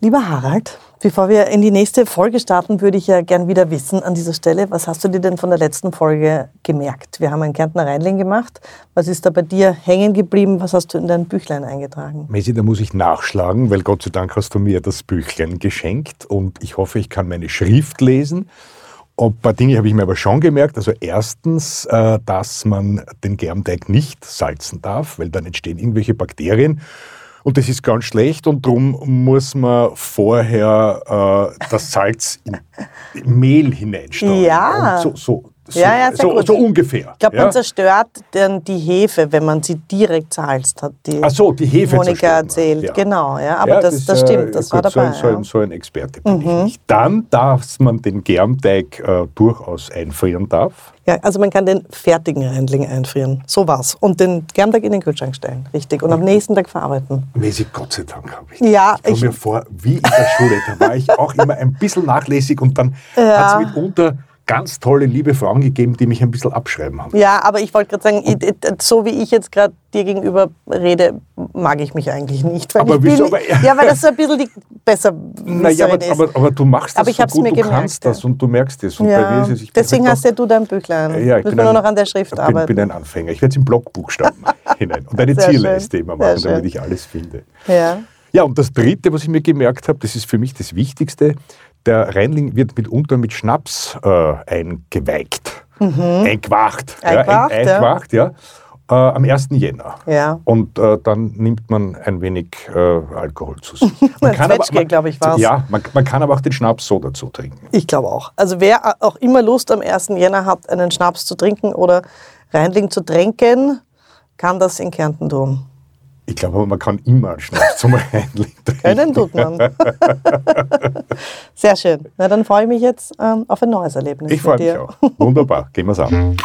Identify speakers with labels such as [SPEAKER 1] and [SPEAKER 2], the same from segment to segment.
[SPEAKER 1] Lieber Harald, bevor wir in die nächste Folge starten, würde ich ja gern wieder wissen an dieser Stelle, was hast du dir denn von der letzten Folge gemerkt? Wir haben ein Kärntner Rheinling gemacht. Was ist da bei dir hängen geblieben? Was hast du in dein Büchlein eingetragen?
[SPEAKER 2] Messi, da muss ich nachschlagen, weil Gott sei Dank hast du mir das Büchlein geschenkt und ich hoffe, ich kann meine Schrift lesen. Ein paar Dinge habe ich mir aber schon gemerkt. Also erstens, äh, dass man den Germteig nicht salzen darf, weil dann entstehen irgendwelche Bakterien. Und das ist ganz schlecht und darum muss man vorher äh, das Salz in Mehl hineinstreuen.
[SPEAKER 1] Ja.
[SPEAKER 2] Und So, so, so,
[SPEAKER 1] Ja, ja, sehr
[SPEAKER 2] so,
[SPEAKER 1] gut.
[SPEAKER 2] so ungefähr.
[SPEAKER 1] Ich glaube,
[SPEAKER 2] ja?
[SPEAKER 1] man zerstört dann die Hefe, wenn man sie direkt salzt, hat die
[SPEAKER 2] Ach so, die Hefe
[SPEAKER 1] Monika
[SPEAKER 2] zerstört man,
[SPEAKER 1] erzählt.
[SPEAKER 2] ja.
[SPEAKER 1] Genau, ja. Aber
[SPEAKER 2] Ja,
[SPEAKER 1] das, das,
[SPEAKER 2] äh,
[SPEAKER 1] stimmt, das war
[SPEAKER 2] gut,
[SPEAKER 1] dabei. Mhm.
[SPEAKER 2] So ein, so ein, so ein Experte bin ich nicht. Dann, dass man den Germteig äh, durchaus einfrieren darf.
[SPEAKER 1] ja. ja, also man kann den fertigen Rindling einfrieren. So war's. Und den Germtag in den Kühlschrank stellen. Richtig. Und am nächsten Tag verarbeiten.
[SPEAKER 2] Mäßig, Gott sei Dank habe ich.
[SPEAKER 1] Ja,
[SPEAKER 2] ich komme
[SPEAKER 1] ich-
[SPEAKER 2] mir vor, wie in der Schule. Da war ich auch immer ein bisschen nachlässig und dann
[SPEAKER 1] Ja.
[SPEAKER 2] hat es mitunter ganz tolle, liebe Frauen gegeben, die mich ein bisschen abschreiben haben.
[SPEAKER 1] Ja, aber ich wollte gerade sagen, ich- ich- so wie ich jetzt gerade dir gegenüber rede, mag ich mich eigentlich nicht. Weil
[SPEAKER 2] Aber
[SPEAKER 1] ich bin,
[SPEAKER 2] wieso? Aber-
[SPEAKER 1] ja, weil das so ein bisschen die besser
[SPEAKER 2] Naja, aber,
[SPEAKER 1] ist.
[SPEAKER 2] aber, aber du machst das
[SPEAKER 1] Aber ich
[SPEAKER 2] so
[SPEAKER 1] hab's
[SPEAKER 2] gut,
[SPEAKER 1] mir
[SPEAKER 2] du
[SPEAKER 1] gemerkt,
[SPEAKER 2] kannst das
[SPEAKER 1] ja.
[SPEAKER 2] und du merkst es. Und bei mir
[SPEAKER 1] ja,
[SPEAKER 2] ist es, ich bin
[SPEAKER 1] deswegen
[SPEAKER 2] halt
[SPEAKER 1] hast ja du dein Büchlein.
[SPEAKER 2] Ja,
[SPEAKER 1] Müssen
[SPEAKER 2] ich bin
[SPEAKER 1] wir nur
[SPEAKER 2] ein-
[SPEAKER 1] noch an der Schrift
[SPEAKER 2] bin,
[SPEAKER 1] arbeiten.
[SPEAKER 2] bin ein Anfänger. Ich werde es in Blockbuchstaben hinein und eine
[SPEAKER 1] Sehr
[SPEAKER 2] Zierleiste
[SPEAKER 1] schön.
[SPEAKER 2] immer
[SPEAKER 1] Sehr
[SPEAKER 2] machen, damit
[SPEAKER 1] schön.
[SPEAKER 2] ich alles finde.
[SPEAKER 1] Ja.
[SPEAKER 2] Ja, und das Dritte, was ich mir gemerkt habe, das ist für mich das Wichtigste, der Rheinling wird mitunter mit Schnaps äh, eingeweigt, eingewacht.
[SPEAKER 1] Mhm. Eingewacht,
[SPEAKER 2] ein,
[SPEAKER 1] ja.
[SPEAKER 2] eingewacht, ja. Äh, am 1. Jänner.
[SPEAKER 1] Ja.
[SPEAKER 2] Und äh, dann nimmt man ein wenig äh, Alkohol zu sich.
[SPEAKER 1] Zwetschge, glaub ich, war's.
[SPEAKER 2] Ja, man, man kann aber auch den Schnaps so dazu trinken.
[SPEAKER 1] Ich glaube auch. Also wer auch immer Lust am 1. Jänner hat, einen Schnaps zu trinken oder Rheinling zu tränken, kann das in Kärnten tun.
[SPEAKER 2] Ich glaube, aber man kann immer einen Schnaps zum Rheinling trinken.
[SPEAKER 1] Können tut man. Sehr schön. Na, dann freue ich mich jetzt ähm, auf ein neues Erlebnis
[SPEAKER 2] Ich freue
[SPEAKER 1] mit
[SPEAKER 2] mich
[SPEAKER 1] dir.
[SPEAKER 2] auch. Wunderbar, gehen wir's an.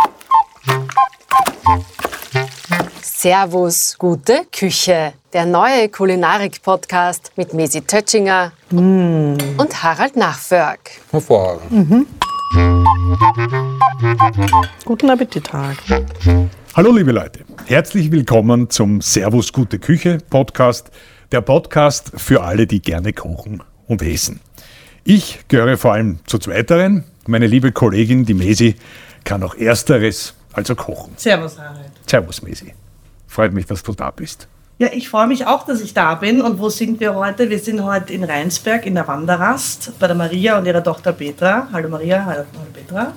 [SPEAKER 3] Servus, gute Küche. Der neue Kulinarik-Podcast mit Mesi Tötschinger und Harald Nachförg.
[SPEAKER 4] Hervorragend.
[SPEAKER 1] Guten Appetit, Harald.
[SPEAKER 5] Hallo liebe Leute, herzlich willkommen zum Servus Gute Küche Podcast, der Podcast für alle, die gerne kochen und essen. Ich gehöre vor allem zu zweiteren, meine liebe Kollegin die Mesi kann auch ersteres, also kochen.
[SPEAKER 6] Servus, Harald.
[SPEAKER 5] Servus Mesi, freut mich, dass du da bist.
[SPEAKER 6] Ja, ich freue mich auch, dass ich da bin. Und wo sind wir heute? Wir sind heute in Rheinsberg in der Wanderrast bei der Maria und ihrer Tochter Petra. Hallo Maria, hallo Petra.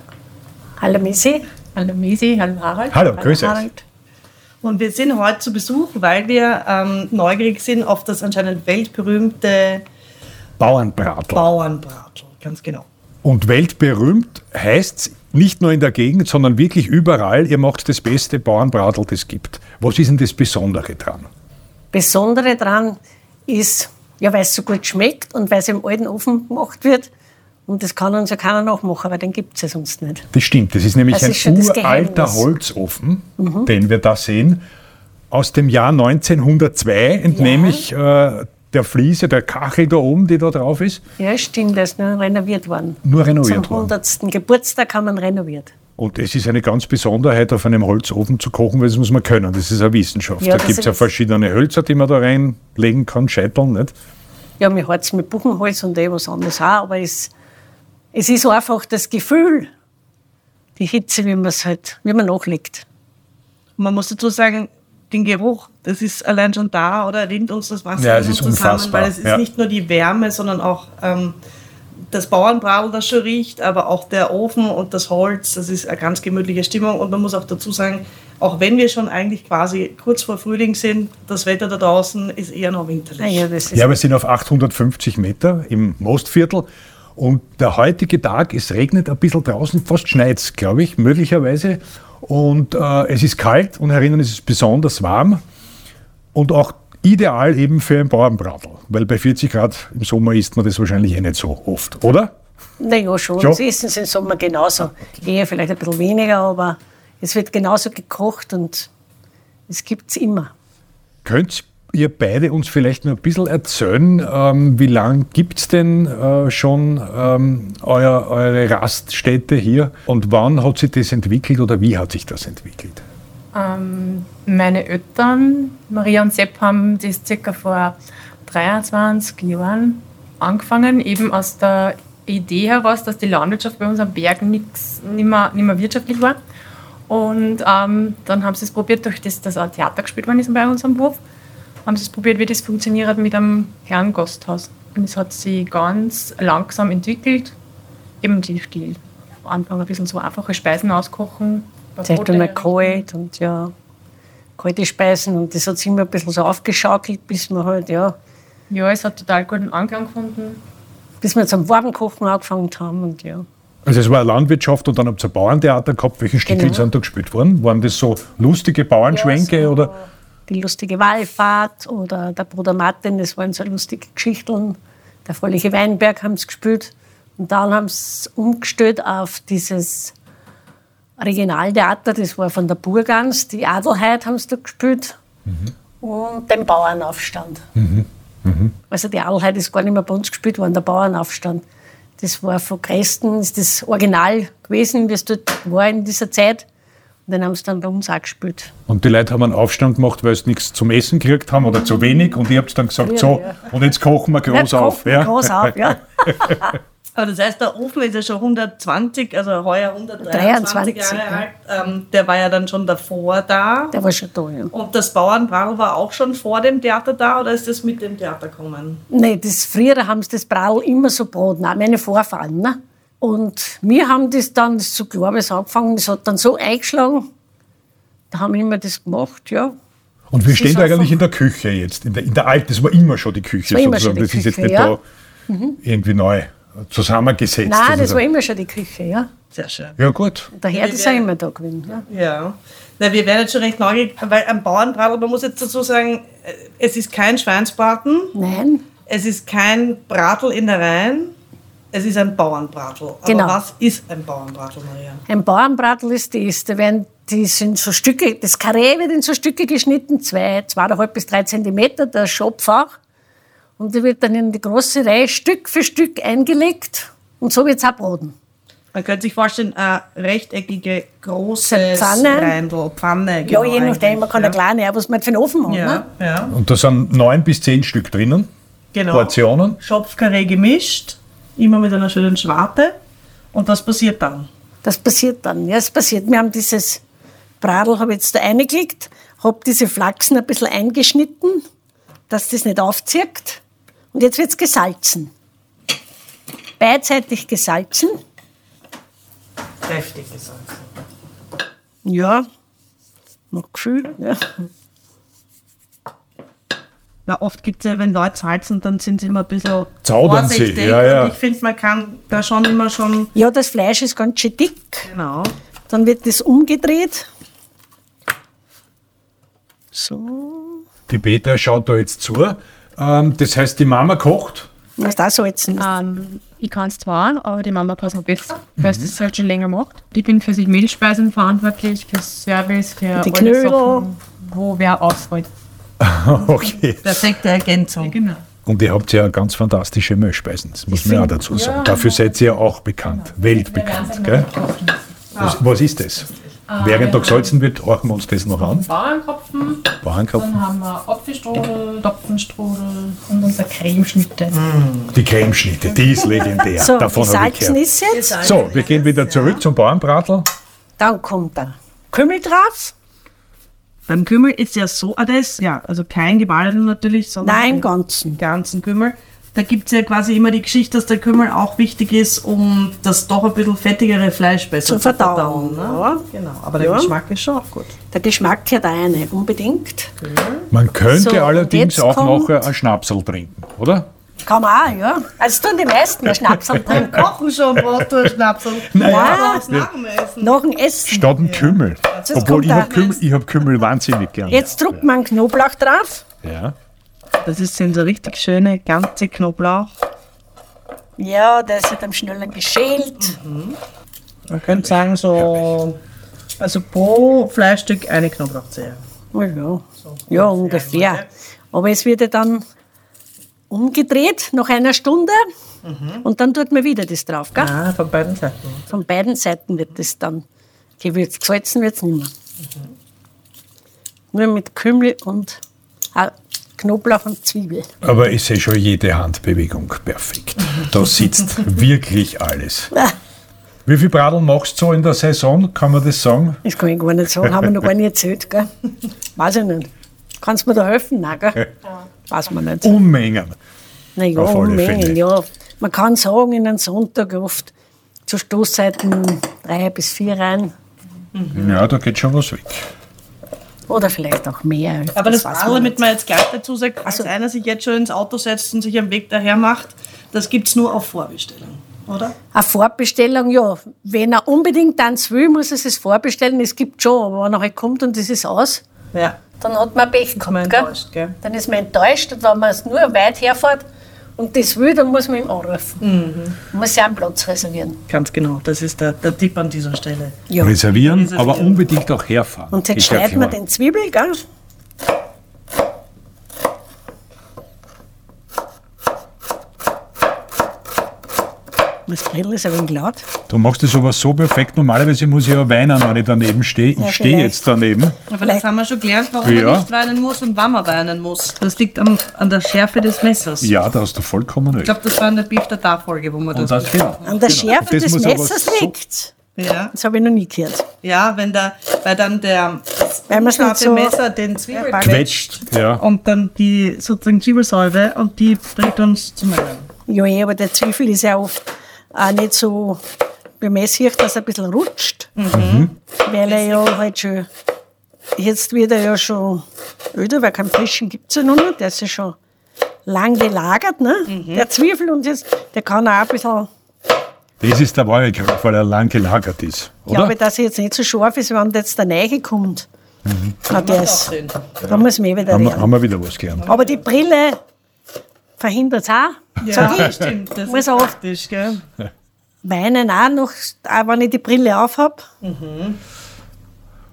[SPEAKER 7] Hallo Misi. Hallo Misi, hallo Harald.
[SPEAKER 5] Hallo, grüß euch.
[SPEAKER 6] Und wir sind heute zu Besuch, weil wir ähm, neugierig sind auf das anscheinend weltberühmte
[SPEAKER 5] Bauernbratel.
[SPEAKER 6] Bauernbratl. Ganz genau.
[SPEAKER 5] Und weltberühmt heißt nicht nur in der Gegend, sondern wirklich überall, ihr macht das beste Bauernbratel, das gibt. Was ist denn das Besondere dran?
[SPEAKER 7] Besondere daran ist, ja, weil es so gut schmeckt und weil es im alten Ofen gemacht wird. Und das kann uns ja keiner nachmachen, weil den gibt es ja sonst nicht.
[SPEAKER 5] Das stimmt, das ist nämlich
[SPEAKER 7] Das ist schon
[SPEAKER 5] ein
[SPEAKER 7] das
[SPEAKER 5] uralter
[SPEAKER 7] Geheimnis. Mhm.
[SPEAKER 5] Holzofen, den wir da sehen, aus dem Jahr 1902, entnehme ich äh, der Fliese, der Kachel da oben, die da drauf ist,
[SPEAKER 7] Ja, stimmt, der ist nur renoviert worden.
[SPEAKER 5] nur renoviert
[SPEAKER 7] Zum
[SPEAKER 5] worden.
[SPEAKER 7] 100. Geburtstag haben wir ihn renoviert.
[SPEAKER 5] Und es ist eine ganz Besonderheit, auf einem Holzofen zu kochen, weil das muss man können. Das ist eine Wissenschaft.
[SPEAKER 7] Ja,
[SPEAKER 5] da
[SPEAKER 7] das
[SPEAKER 5] gibt es ja
[SPEAKER 7] ist-
[SPEAKER 5] verschiedene Hölzer, die man da reinlegen kann, scheiteln, nicht?
[SPEAKER 7] Ja, mir hat es mit Buchenholz und eh was anderes auch, aber es, es ist einfach das Gefühl, die Hitze, wie man es halt, wie man nachlegt.
[SPEAKER 6] Und man muss dazu sagen, den Geruch, das ist allein schon da oder rinnt uns das Wasser
[SPEAKER 5] Ja,
[SPEAKER 6] in
[SPEAKER 5] es
[SPEAKER 6] uns
[SPEAKER 5] ist unfassbar,
[SPEAKER 6] weil es ist
[SPEAKER 5] ja.
[SPEAKER 6] nicht nur die Wärme, sondern auch ähm, das Bauernbratel, das schon riecht, aber auch der Ofen und das Holz, das ist eine ganz gemütliche Stimmung und man muss auch dazu sagen, auch wenn wir schon eigentlich quasi kurz vor Frühling sind, das Wetter da draußen ist eher noch winterlich.
[SPEAKER 7] Naja, Ah das ist
[SPEAKER 5] Ja, wir sind auf 850 Meter im Mostviertel. Und der heutige Tag, es regnet ein bisschen draußen, fast schneit glaube ich, möglicherweise. Und äh, es ist kalt und herinnen ist es besonders warm. Und auch ideal eben für ein Bauernbratel. Weil bei 40 Grad im Sommer isst man das wahrscheinlich eh nicht so oft, oder?
[SPEAKER 7] Naja, schon.
[SPEAKER 5] Ja.
[SPEAKER 7] Sie essen es im Sommer genauso. Eher vielleicht ein bisschen weniger, aber es wird genauso gekocht und es gibt es immer.
[SPEAKER 5] Könnt ihr beide uns vielleicht nur ein bisschen erzählen, ähm, wie lange gibt es denn äh, schon ähm, euer, eure Raststätte hier und wann hat sich das entwickelt oder wie hat sich das entwickelt?
[SPEAKER 8] Ähm, meine Eltern, Maria und Sepp, haben das circa vor 23 Jahren angefangen, eben aus der Idee heraus, dass die Landwirtschaft bei uns am Berg nix, nicht, mehr, nicht mehr wirtschaftlich war. Und ähm, dann haben sie es probiert, durch das, dass ein Theater gespielt worden ist bei uns am Hof, haben sie es probiert, wie das funktioniert hat mit einem Herrengasthaus. Und es hat sich ganz langsam entwickelt, eben die, die am Anfang ein bisschen so einfache Speisen auskochen. ein paar
[SPEAKER 7] Zeit
[SPEAKER 8] Brote
[SPEAKER 7] einmal
[SPEAKER 8] herrichten.
[SPEAKER 7] kalt und ja, kalte Speisen. Und das hat sich immer ein bisschen so aufgeschaukelt, bis wir halt, ja,
[SPEAKER 8] Ja, es hat total guten Anklang gefunden.
[SPEAKER 7] bis wir zum warmen Kochen angefangen haben und ja.
[SPEAKER 5] Also es war eine Landwirtschaft und dann habt ihr ein Bauerntheater gehabt. Welche Stücke
[SPEAKER 7] Genau.
[SPEAKER 5] sind da gespielt worden? Waren das so lustige Bauernschwänke oder?
[SPEAKER 7] Die lustige Wallfahrt oder der Bruder Martin, das waren so lustige Geschichten. Der fröhliche Weinberg haben sie gespielt. Und dann haben sie umgestellt auf dieses Regionaltheater, das war von der Burgans, die Adelheid haben sie da gespielt. Und den Bauernaufstand. Also die Adelheid ist gar nicht mehr bei uns gespielt worden, der Bauernaufstand. Das war von Christen, ist das Original gewesen, wie es dort war in dieser Zeit. Und den haben sie dann bei uns auch gespielt.
[SPEAKER 5] Und die Leute haben einen Aufstand gemacht, weil sie nichts zum Essen gekriegt haben oder zu wenig. Und ihr habt dann gesagt, so, und jetzt kochen wir groß
[SPEAKER 7] Ja,
[SPEAKER 5] auf.
[SPEAKER 7] kochen, Groß auf, ja.
[SPEAKER 6] Aber das heißt, der Ofen ist ja schon 120, also heuer 123 Jahre
[SPEAKER 7] 23,
[SPEAKER 6] alt. Ähm, der war ja dann schon davor da.
[SPEAKER 7] Der war schon da, ja.
[SPEAKER 6] Und das Bauernbrau war auch schon vor dem Theater da oder ist das mit dem Theater gekommen?
[SPEAKER 7] Nein, das, früher haben sie das Brauel immer so braten, auch meine Vorfahren. Ne? Und wir haben das dann so Glaubens angefangen, das hat dann so eingeschlagen, da haben wir immer das gemacht, ja.
[SPEAKER 5] Und wir
[SPEAKER 7] Sie
[SPEAKER 5] stehen da
[SPEAKER 7] schaffen-
[SPEAKER 5] eigentlich in der Küche jetzt, in der, in der alten, das war immer schon die Küche
[SPEAKER 7] war immer
[SPEAKER 5] sozusagen.
[SPEAKER 7] schon die
[SPEAKER 5] das ist jetzt
[SPEAKER 7] Küche,
[SPEAKER 5] nicht
[SPEAKER 7] ja. Mhm.
[SPEAKER 5] da irgendwie neu zusammengesetzt.
[SPEAKER 7] Nein, das
[SPEAKER 5] sozusagen.
[SPEAKER 7] war immer schon die Küche, ja.
[SPEAKER 6] Sehr schön.
[SPEAKER 5] ja gut.
[SPEAKER 7] Und Der Herd ist auch immer da gewesen. Ja.
[SPEAKER 6] Ja. Na, wir werden jetzt schon recht neugierig, weil am Bauernbradl, man muss jetzt dazu sagen, äh, es ist kein Schweinsbraten,
[SPEAKER 7] Nein,
[SPEAKER 6] es ist kein Bratl in der Reihen, es ist ein Bauernbratl.
[SPEAKER 7] Genau.
[SPEAKER 6] Aber was ist ein Bauernbratl, Maria?
[SPEAKER 7] ein Bauernbratel ist das, da werden, die sind so Stücke, das Karree wird in so Stücke geschnitten, zwei, zweieinhalb bis drei Zentimeter, der Schopf auch. Und der wird dann in die große Reihe Stück für Stück eingelegt und so wird es auch braten.
[SPEAKER 6] Man könnte sich vorstellen, eine rechteckige, große
[SPEAKER 7] Pfanne.
[SPEAKER 6] Reindl, Pfanne.
[SPEAKER 7] Ja,
[SPEAKER 6] genau
[SPEAKER 7] je nachdem,
[SPEAKER 6] eigentlich,
[SPEAKER 7] man kann
[SPEAKER 6] ja.
[SPEAKER 7] ja. eine kleine, auch was man halt für den Ofen hat.
[SPEAKER 6] Ja,
[SPEAKER 7] Ne?
[SPEAKER 6] ja,
[SPEAKER 5] Und da sind neun bis zehn Stück drinnen,
[SPEAKER 6] genau.
[SPEAKER 5] Portionen.
[SPEAKER 6] Schopfkarree gemischt, immer mit einer schönen Schwarte. Und was passiert dann?
[SPEAKER 7] Das passiert dann. Ja, es passiert. Wir haben dieses Bradel, habe ich jetzt da reingelegt, habe diese Flachsen ein bisschen eingeschnitten, dass das nicht aufzirkt. Und jetzt wird es gesalzen. Beidseitig gesalzen.
[SPEAKER 6] Kräftig gesagt.
[SPEAKER 7] Ja, noch Gefühl. Ja.
[SPEAKER 6] Na, oft gibt es ja, wenn Leute salzen, dann sind sie immer ein bisschen
[SPEAKER 5] Zaudern sie,
[SPEAKER 6] vorsichtig.
[SPEAKER 5] ja, ja.
[SPEAKER 6] Und ich finde, man kann da schon immer schon...
[SPEAKER 7] ja, das Fleisch ist ganz schön dick.
[SPEAKER 6] Genau.
[SPEAKER 7] Dann wird das umgedreht. So.
[SPEAKER 5] Die Petra schaut da jetzt zu. Ähm, das heißt, die Mama kocht.
[SPEAKER 7] Du musst auch salzen.
[SPEAKER 5] Ah.
[SPEAKER 8] Ähm, ich kann es zwar, aber die Mama kann es noch besser, weil sie es halt schon länger macht. Ich bin für die Mehlspeisen verantwortlich, für Service, für
[SPEAKER 7] Die
[SPEAKER 8] alle
[SPEAKER 7] Knödel.
[SPEAKER 8] Sachen, wo wer ausfällt.
[SPEAKER 5] Okay.
[SPEAKER 6] Perfekte Ergänzung.
[SPEAKER 8] Genau.
[SPEAKER 5] Und ihr habt ja ganz fantastische Mehlspeisen, das muss man ja auch dazu sagen. Dafür seid ihr ja auch
[SPEAKER 7] Genau.
[SPEAKER 5] bekannt, weltbekannt. Gell? Was, was ist das?
[SPEAKER 7] Ah, genau.
[SPEAKER 5] Während da gesalzen wird, horchen wir uns das noch an.
[SPEAKER 8] Bauernkopfen,
[SPEAKER 5] Bauernkopf.
[SPEAKER 8] dann haben wir Apfelstrudel, Topfenstrudel und unser Cremeschnitte.
[SPEAKER 5] Die Cremeschnitte, die ist legendär.
[SPEAKER 7] So,
[SPEAKER 5] Davon habe ich
[SPEAKER 7] gesalzen
[SPEAKER 5] gehört.
[SPEAKER 7] ist jetzt.
[SPEAKER 5] So, wir gehen wieder zurück zum Bauernbratel.
[SPEAKER 7] Dann kommt der Kümmel drauf.
[SPEAKER 6] Beim Kümmel ist ja so, ah, das, ja, also kein geballerten natürlich, sondern
[SPEAKER 7] Nein,
[SPEAKER 6] den
[SPEAKER 7] im Ganzen.
[SPEAKER 6] ganzen Kümmel. Da gibt es ja quasi immer die Geschichte, dass der Kümmel auch wichtig ist, um das doch ein bisschen fettigere Fleisch besser
[SPEAKER 7] Zu
[SPEAKER 6] zu verdauen.
[SPEAKER 7] verdauen,
[SPEAKER 6] ne? Genau, aber der
[SPEAKER 7] Ja.
[SPEAKER 6] Geschmack ist schon auch gut.
[SPEAKER 7] Der Geschmack gehört auch rein, unbedingt.
[SPEAKER 5] Man könnte
[SPEAKER 7] So, und
[SPEAKER 5] allerdings
[SPEAKER 7] jetzt
[SPEAKER 5] auch
[SPEAKER 7] kommt-
[SPEAKER 5] nachher einen Schnapsel trinken, oder?
[SPEAKER 7] Kann man auch, ja. Also tun die meisten einen Schnaps am Trinken.
[SPEAKER 6] Kochen schon, brauchst du einen Schnaps und
[SPEAKER 7] Naja.
[SPEAKER 6] brauchst nach dem Essen.
[SPEAKER 7] Nach dem Essen.
[SPEAKER 5] Statt ein Kümmel. Obwohl
[SPEAKER 7] kommt
[SPEAKER 5] ich
[SPEAKER 7] der-
[SPEAKER 5] habe Kümmel, ich hab Kümmel wahnsinnig gern.
[SPEAKER 7] Jetzt drückt man einen Knoblauch drauf.
[SPEAKER 5] Ja.
[SPEAKER 6] Das ist, sind so richtig schöne, ganze Knoblauch.
[SPEAKER 7] Ja, der ist halt am schneller geschält.
[SPEAKER 6] Man könnte sagen, so. Also pro Fleischstück eine Knoblauchzehe.
[SPEAKER 7] Ja, Oh ja. ja ungefähr. Aber es wird ja dann umgedreht nach einer Stunde. Und dann tut man wieder das drauf. Gell?
[SPEAKER 6] Ah, von beiden Seiten.
[SPEAKER 7] Von beiden Seiten wird das dann gewürzt.
[SPEAKER 5] Mhm.
[SPEAKER 7] Gesalzen wird es nicht mehr. Nur mit Kümmel und ah, Knoblauch und Zwiebel.
[SPEAKER 5] Aber ich sehe schon jede Handbewegung perfekt. Da sitzt wirklich alles. Wie viel Bradeln machst du so in der Saison? Kann man das sagen?
[SPEAKER 7] Das kann ich gar nicht sagen, haben wir noch gar nicht erzählt, gell? Weiß ich nicht. Kannst du mir da helfen? Nein, gell? Weiß man nicht.
[SPEAKER 5] Unmengen.
[SPEAKER 7] Naja,
[SPEAKER 5] Mhm. Auf alle
[SPEAKER 7] Unmengen,
[SPEAKER 5] Fälle.
[SPEAKER 7] ja. Man kann sagen, in einen Sonntag oft zu Stoßzeiten drei bis vier rein
[SPEAKER 5] Ja, da geht schon was weg.
[SPEAKER 7] oder vielleicht auch mehr.
[SPEAKER 6] Aber das,
[SPEAKER 7] weiß
[SPEAKER 6] das
[SPEAKER 7] man
[SPEAKER 6] damit man jetzt gleich dazu sagt, falls einer sich jetzt schon ins Auto setzt und sich am Weg daher macht, das gibt es nur auf Vorbestellung, oder?
[SPEAKER 7] Eine Vorbestellung, ja. Wenn er unbedingt Tanz will, muss er es vorbestellen. Es gibt schon, aber wenn er halt kommt und es ist aus,
[SPEAKER 6] Ja.
[SPEAKER 7] dann hat man Pech
[SPEAKER 6] man
[SPEAKER 7] gehabt. Gell?
[SPEAKER 6] enttäuscht, gell?
[SPEAKER 7] Dann ist man enttäuscht und wenn man es nur weit herfährt und das will, dann muss man ihm anrufen.
[SPEAKER 6] Mhm.
[SPEAKER 7] Muss ja einen Platz reservieren.
[SPEAKER 6] Ganz genau, das ist der, der Tipp an dieser Stelle.
[SPEAKER 7] Ja.
[SPEAKER 5] Reservieren, aber unbedingt auch herfahren.
[SPEAKER 7] Und jetzt
[SPEAKER 5] Ist ja
[SPEAKER 7] schneiden wir
[SPEAKER 5] klar.
[SPEAKER 7] den Zwiebel, gell? Das Grill ist ein wenig laut.
[SPEAKER 5] Du machst das aber so perfekt. Normalerweise muss ich ja weinen, wenn ich daneben stehe. Ich stehe
[SPEAKER 7] vielleicht.
[SPEAKER 5] jetzt daneben.
[SPEAKER 6] Aber das haben wir schon gelernt, warum
[SPEAKER 5] Ja.
[SPEAKER 6] man nicht weinen muss und wann man weinen muss. Das liegt am, an der Schärfe des Messers.
[SPEAKER 5] Ja, da hast du vollkommen
[SPEAKER 6] Ich
[SPEAKER 5] recht.
[SPEAKER 6] glaube, das war in der Beef der Da-Folge, wo man das.
[SPEAKER 5] Und das, genau.
[SPEAKER 7] An der Schärfe
[SPEAKER 5] Das
[SPEAKER 7] des
[SPEAKER 5] muss aber
[SPEAKER 7] Messers
[SPEAKER 5] so-
[SPEAKER 7] liegt's.
[SPEAKER 6] Ja,
[SPEAKER 7] Das habe ich noch nie gehört.
[SPEAKER 6] ja wenn da, weil dann der
[SPEAKER 7] Weil man's nicht
[SPEAKER 6] scharfe
[SPEAKER 7] so-
[SPEAKER 6] Messer den Zwiebel
[SPEAKER 5] Quetscht. Ja.
[SPEAKER 6] und dann die sozusagen Zwiebelsäure und die bringt uns zum Weinen.
[SPEAKER 7] Ja, eh, aber der Zwiebel ist ja oft auch nicht so bemessigt, dass er ein bisschen rutscht. Weil er ja halt schon, jetzt wird er ja schon öder, weil keinen frischen gibt es ja noch nicht. Der ist ja schon lang gelagert, ne? Der Zwiebel und jetzt, der kann auch ein bisschen,
[SPEAKER 5] Das ist der wahre Kraft, weil er lang gelagert ist.
[SPEAKER 7] ich
[SPEAKER 5] Oder?
[SPEAKER 7] glaube, dass er jetzt nicht so scharf ist, wenn jetzt der Neige kommt. Na, der ist, da muss man eh wieder
[SPEAKER 5] haben, wir,
[SPEAKER 7] lernen.
[SPEAKER 5] haben wir wieder was gelernt.
[SPEAKER 7] Aber die Brille verhindert es auch.
[SPEAKER 6] Ja, stimmt. Das
[SPEAKER 7] Muss
[SPEAKER 6] ist
[SPEAKER 7] auch-
[SPEAKER 6] praktisch, gell?
[SPEAKER 7] Weinen auch noch, auch wenn ich die Brille auf habe.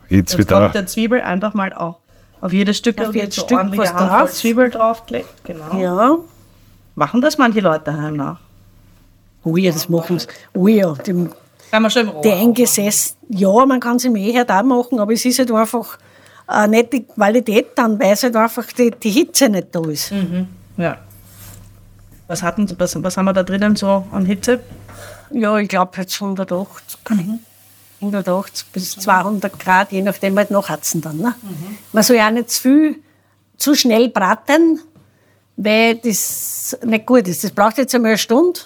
[SPEAKER 5] Jetzt
[SPEAKER 6] Jetzt
[SPEAKER 5] wieder.
[SPEAKER 6] kommt der Zwiebel einfach mal auch auf jedes Stück,
[SPEAKER 7] Auf
[SPEAKER 6] auf jedes
[SPEAKER 7] jedes
[SPEAKER 6] so
[SPEAKER 7] Stück
[SPEAKER 6] ordentliche
[SPEAKER 7] was
[SPEAKER 6] Handvoll
[SPEAKER 7] drauf.
[SPEAKER 6] Zwiebel draufgelegt. Genau.
[SPEAKER 7] Ja.
[SPEAKER 6] Machen das manche Leute daheim nach?
[SPEAKER 7] Oh ja, das machen sie. Oh ja, die,
[SPEAKER 6] Kann man schon im Rohr.
[SPEAKER 7] die eingesessen. Ja, man kann sie eh halt auch machen, aber es ist halt einfach äh, nicht die Qualität dann, weil es halt einfach die, die Hitze nicht da ist.
[SPEAKER 6] Ja. Was, hatten, Sie- was, was haben wir da drinnen so an Hitze?
[SPEAKER 7] Ja, ich glaube jetzt 180, 180 bis 200 Grad, je nachdem halt nachhatzen dann. Ne? Man soll ja auch nicht zu viel, zu schnell braten, weil das nicht gut ist. Das braucht jetzt einmal eine Stunde.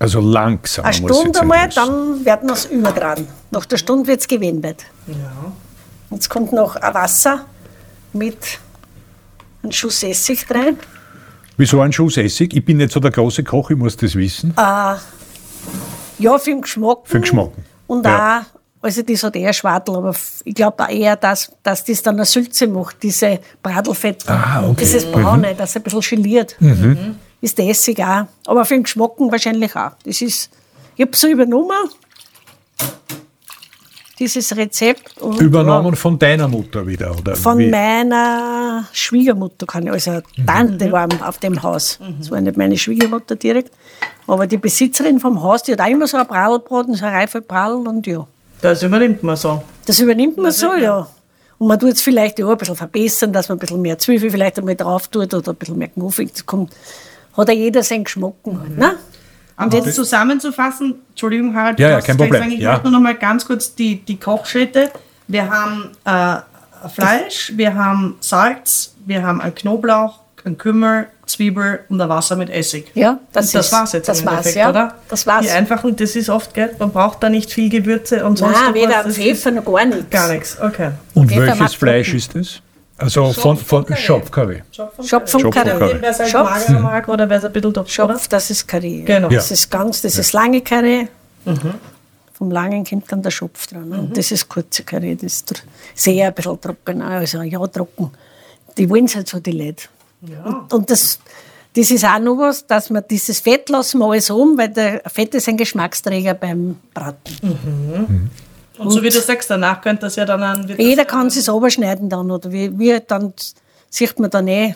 [SPEAKER 5] Also langsam.
[SPEAKER 7] Eine
[SPEAKER 5] muss
[SPEAKER 7] Stunde
[SPEAKER 5] jetzt
[SPEAKER 7] einmal,
[SPEAKER 5] etwas.
[SPEAKER 7] dann werden wir es übertragen. Nach der Stunde wird es gewendet. Jetzt kommt noch ein Wasser mit einem Schuss Essig rein.
[SPEAKER 5] Wieso ein Schuss Essig? Ich bin nicht so der große Koch, ich muss das wissen.
[SPEAKER 7] Ah, Ja, für den Geschmack.
[SPEAKER 5] Für den Geschmack.
[SPEAKER 7] Und
[SPEAKER 5] Ja.
[SPEAKER 7] auch, also das hat eher Schwadl, aber f- ich glaube auch eher, dass, dass das dann eine Sülze macht, diese Bradelfett.
[SPEAKER 5] Ah, okay.
[SPEAKER 7] Dieses Braune, dass es ein bisschen geliert. Mhm. Ist der Essig auch. Aber für den Geschmack wahrscheinlich auch. Das ist, ich habe so übernommen, dieses Rezept. Und
[SPEAKER 5] Übernommen von deiner Mutter wieder, oder?
[SPEAKER 7] Von
[SPEAKER 5] wie?
[SPEAKER 7] meiner Schwiegermutter kann ich, also Tante war auf dem Haus. Das war nicht meine Schwiegermutter direkt, aber die Besitzerin vom Haus, die hat auch immer so ein Pradelbraten, so ein reife Pradel und ja.
[SPEAKER 6] Das übernimmt man so.
[SPEAKER 7] Das übernimmt man so, ja. Und man tut es vielleicht ja auch ein bisschen verbessern, dass man ein bisschen mehr Zwiebel vielleicht einmal drauf tut oder ein bisschen mehr Knuffig. Das kommt, hat ja jeder seinen Geschmack.
[SPEAKER 6] Mhm.
[SPEAKER 7] Halt, ne?
[SPEAKER 6] Aber jetzt zusammenzufassen, Entschuldigung, Harald,
[SPEAKER 5] Ja,
[SPEAKER 6] du
[SPEAKER 5] ja,
[SPEAKER 6] hast
[SPEAKER 5] kein
[SPEAKER 6] es gleich
[SPEAKER 5] Problem,
[SPEAKER 6] gesagt, Ich
[SPEAKER 5] ja.
[SPEAKER 6] möchte nur noch mal ganz kurz die, die Kochschritte. Wir haben äh, Fleisch, wir haben Salz, wir haben einen Knoblauch, einen Kümmel, Zwiebel und ein Wasser mit Essig.
[SPEAKER 7] Ja, das,
[SPEAKER 6] Und das
[SPEAKER 7] ist,
[SPEAKER 6] war's jetzt
[SPEAKER 7] Das
[SPEAKER 6] im
[SPEAKER 7] war's,
[SPEAKER 6] Endeffekt,
[SPEAKER 7] ja.
[SPEAKER 6] oder?
[SPEAKER 7] Das war's.
[SPEAKER 6] Die einfachen, das ist oft, gell? Man braucht da nicht viel Gewürze und sonst
[SPEAKER 7] Nein, weder
[SPEAKER 6] irgendwas.
[SPEAKER 7] ein
[SPEAKER 6] Das ist
[SPEAKER 7] Pfeffer noch gar nichts.
[SPEAKER 6] Gar nichts, okay.
[SPEAKER 5] Und
[SPEAKER 7] Peter
[SPEAKER 5] welches
[SPEAKER 7] macht
[SPEAKER 5] Fleisch ist das? Also von, von Schopfkarre.
[SPEAKER 7] Schopf und
[SPEAKER 5] Schopf und
[SPEAKER 7] Karree.
[SPEAKER 5] Karree.
[SPEAKER 6] Wer es halt
[SPEAKER 7] Schopf.
[SPEAKER 6] mager mag oder wer es ein bisschen doch
[SPEAKER 7] Schopf, das ist Karree.
[SPEAKER 6] Genau. Mhm.
[SPEAKER 5] Ja.
[SPEAKER 7] Das ist ganz, das ist lange Karree. Vom langen kommt dann der Schopf dran. ne? Und das ist kurze Karree. Das ist tr- sehr ein bisschen trocken, also ja, trocken. Die wollen es halt so, die Leute. Und, und das, das ist auch noch was, dass man dieses Fett lassen wir alles um, weil der Fett ist ein Geschmacksträger beim Braten.
[SPEAKER 6] Und so wie du sagst, danach könnt das ja dann an.
[SPEAKER 7] Jeder kann es runterschneiden dann, oder wie, wie dann sieht halt man dann eh,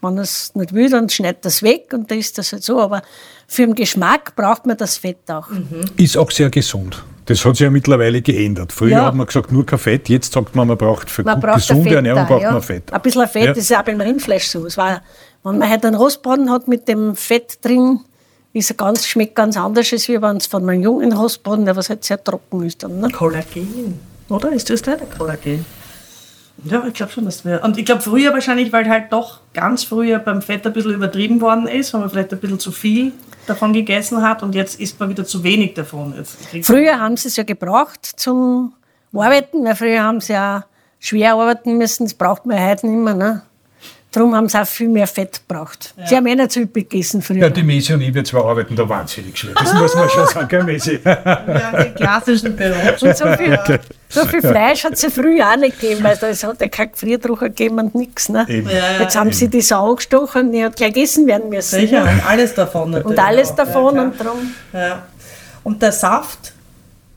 [SPEAKER 7] Wenn er es nicht will, dann schneidet das weg und da ist das halt so. Aber für den Geschmack braucht man das Fett auch.
[SPEAKER 5] Ist auch sehr gesund. Das hat sich ja mittlerweile geändert. Früher
[SPEAKER 7] Ja.
[SPEAKER 5] hat man gesagt, nur kein Fett. Jetzt sagt man, man braucht für
[SPEAKER 7] Man
[SPEAKER 5] gut,
[SPEAKER 7] braucht ein
[SPEAKER 5] gesunde
[SPEAKER 7] Fett
[SPEAKER 5] Ernährung
[SPEAKER 7] da,
[SPEAKER 5] braucht
[SPEAKER 7] ja.
[SPEAKER 5] man Fett.
[SPEAKER 7] Ein bisschen Fett
[SPEAKER 5] Ja.
[SPEAKER 7] ist ja auch beim Rindfleisch so. Es war, wenn man halt einen Rostbraten hat mit dem Fett drin, ist er ganz, schmeckt ganz anders, als wie wenn es von einem jungen Rostbraten, der was halt sehr trocken ist. Dann, ne?
[SPEAKER 6] Kollagen, oder? Ist das deine Kollagen? Ja, ich glaube schon, dass wir. Und ich glaube früher wahrscheinlich, weil halt doch ganz früher beim Fett ein bisschen übertrieben worden ist, weil man vielleicht ein bisschen zu viel davon gegessen hat und jetzt isst man wieder zu wenig davon. Jetzt kriegt-
[SPEAKER 7] Früher haben sie es ja gebraucht zum Arbeiten, weil früher haben sie ja schwer arbeiten müssen, das braucht man heute nicht mehr. Ne? Darum haben sie auch viel mehr Fett gebraucht. Sie haben eh nicht so üppig gegessen früher.
[SPEAKER 5] Ja, die Mäse und ich, wir zwei arbeiten da wahnsinnig schwer. Das muss man schon sagen, gell, Mäse?
[SPEAKER 6] Ja, den klassischen Beruf.
[SPEAKER 7] Und so viel, so viel Fleisch hat es ja früher auch nicht gegeben, weil da halt es hat ja keinen Gefriertrucher gegeben und nichts. Ne?
[SPEAKER 6] ja,
[SPEAKER 7] Jetzt haben sie die Sau angestochen und die hat gleich gegessen werden müssen.
[SPEAKER 6] Sicher,
[SPEAKER 7] Ja.
[SPEAKER 6] und alles davon natürlich.
[SPEAKER 7] Und alles
[SPEAKER 6] auch.
[SPEAKER 7] davon
[SPEAKER 6] Ja,
[SPEAKER 7] und darum.
[SPEAKER 6] klar. ja. und der Saft,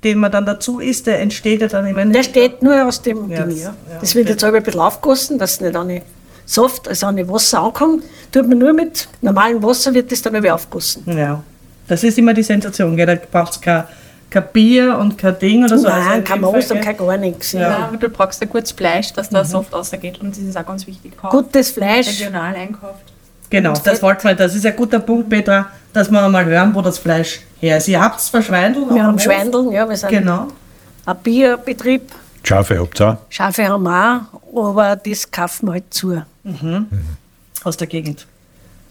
[SPEAKER 6] den man dann dazu isst, der entsteht ja dann im
[SPEAKER 7] Der
[SPEAKER 6] Endeffekt.
[SPEAKER 7] steht nur aus dem
[SPEAKER 6] Ja,
[SPEAKER 7] Ding.
[SPEAKER 6] das-
[SPEAKER 7] Ja.
[SPEAKER 6] ja,
[SPEAKER 7] Das wird jetzt aber ein bisschen aufgossen, dass es nicht an die Saft, also an die Wasser ankommt. Tut man nur mit normalem Wasser, wird das dann aber aufgossen.
[SPEAKER 6] Ja. Das ist immer die Sensation, gell? Da braucht es kein, kein Bier und kein Ding oder so.
[SPEAKER 7] Nein,
[SPEAKER 6] Also in
[SPEAKER 7] kein
[SPEAKER 6] dem Fall,
[SPEAKER 7] Most und
[SPEAKER 6] gell?
[SPEAKER 7] kein gar nichts. Ja.
[SPEAKER 6] Ja.
[SPEAKER 8] Ja, aber du brauchst ja gutes Fleisch, dass da Saft rausgeht. Und das ist auch ganz wichtig. Kauf,
[SPEAKER 7] Gutes Fleisch.
[SPEAKER 8] regional einkauft.
[SPEAKER 6] Genau, das wollten wir. Das ist ein guter Punkt, Petra, dass wir mal hören, wo das Fleisch her ist. Ihr habt es Schweindeln.
[SPEAKER 7] Wir haben Schweindeln, ja, wir sind
[SPEAKER 6] Genau.
[SPEAKER 7] ein Bierbetrieb.
[SPEAKER 5] Schafe habt ihr auch.
[SPEAKER 7] Schafe haben wir auch, aber das kaufen wir halt zu.
[SPEAKER 6] Aus der Gegend.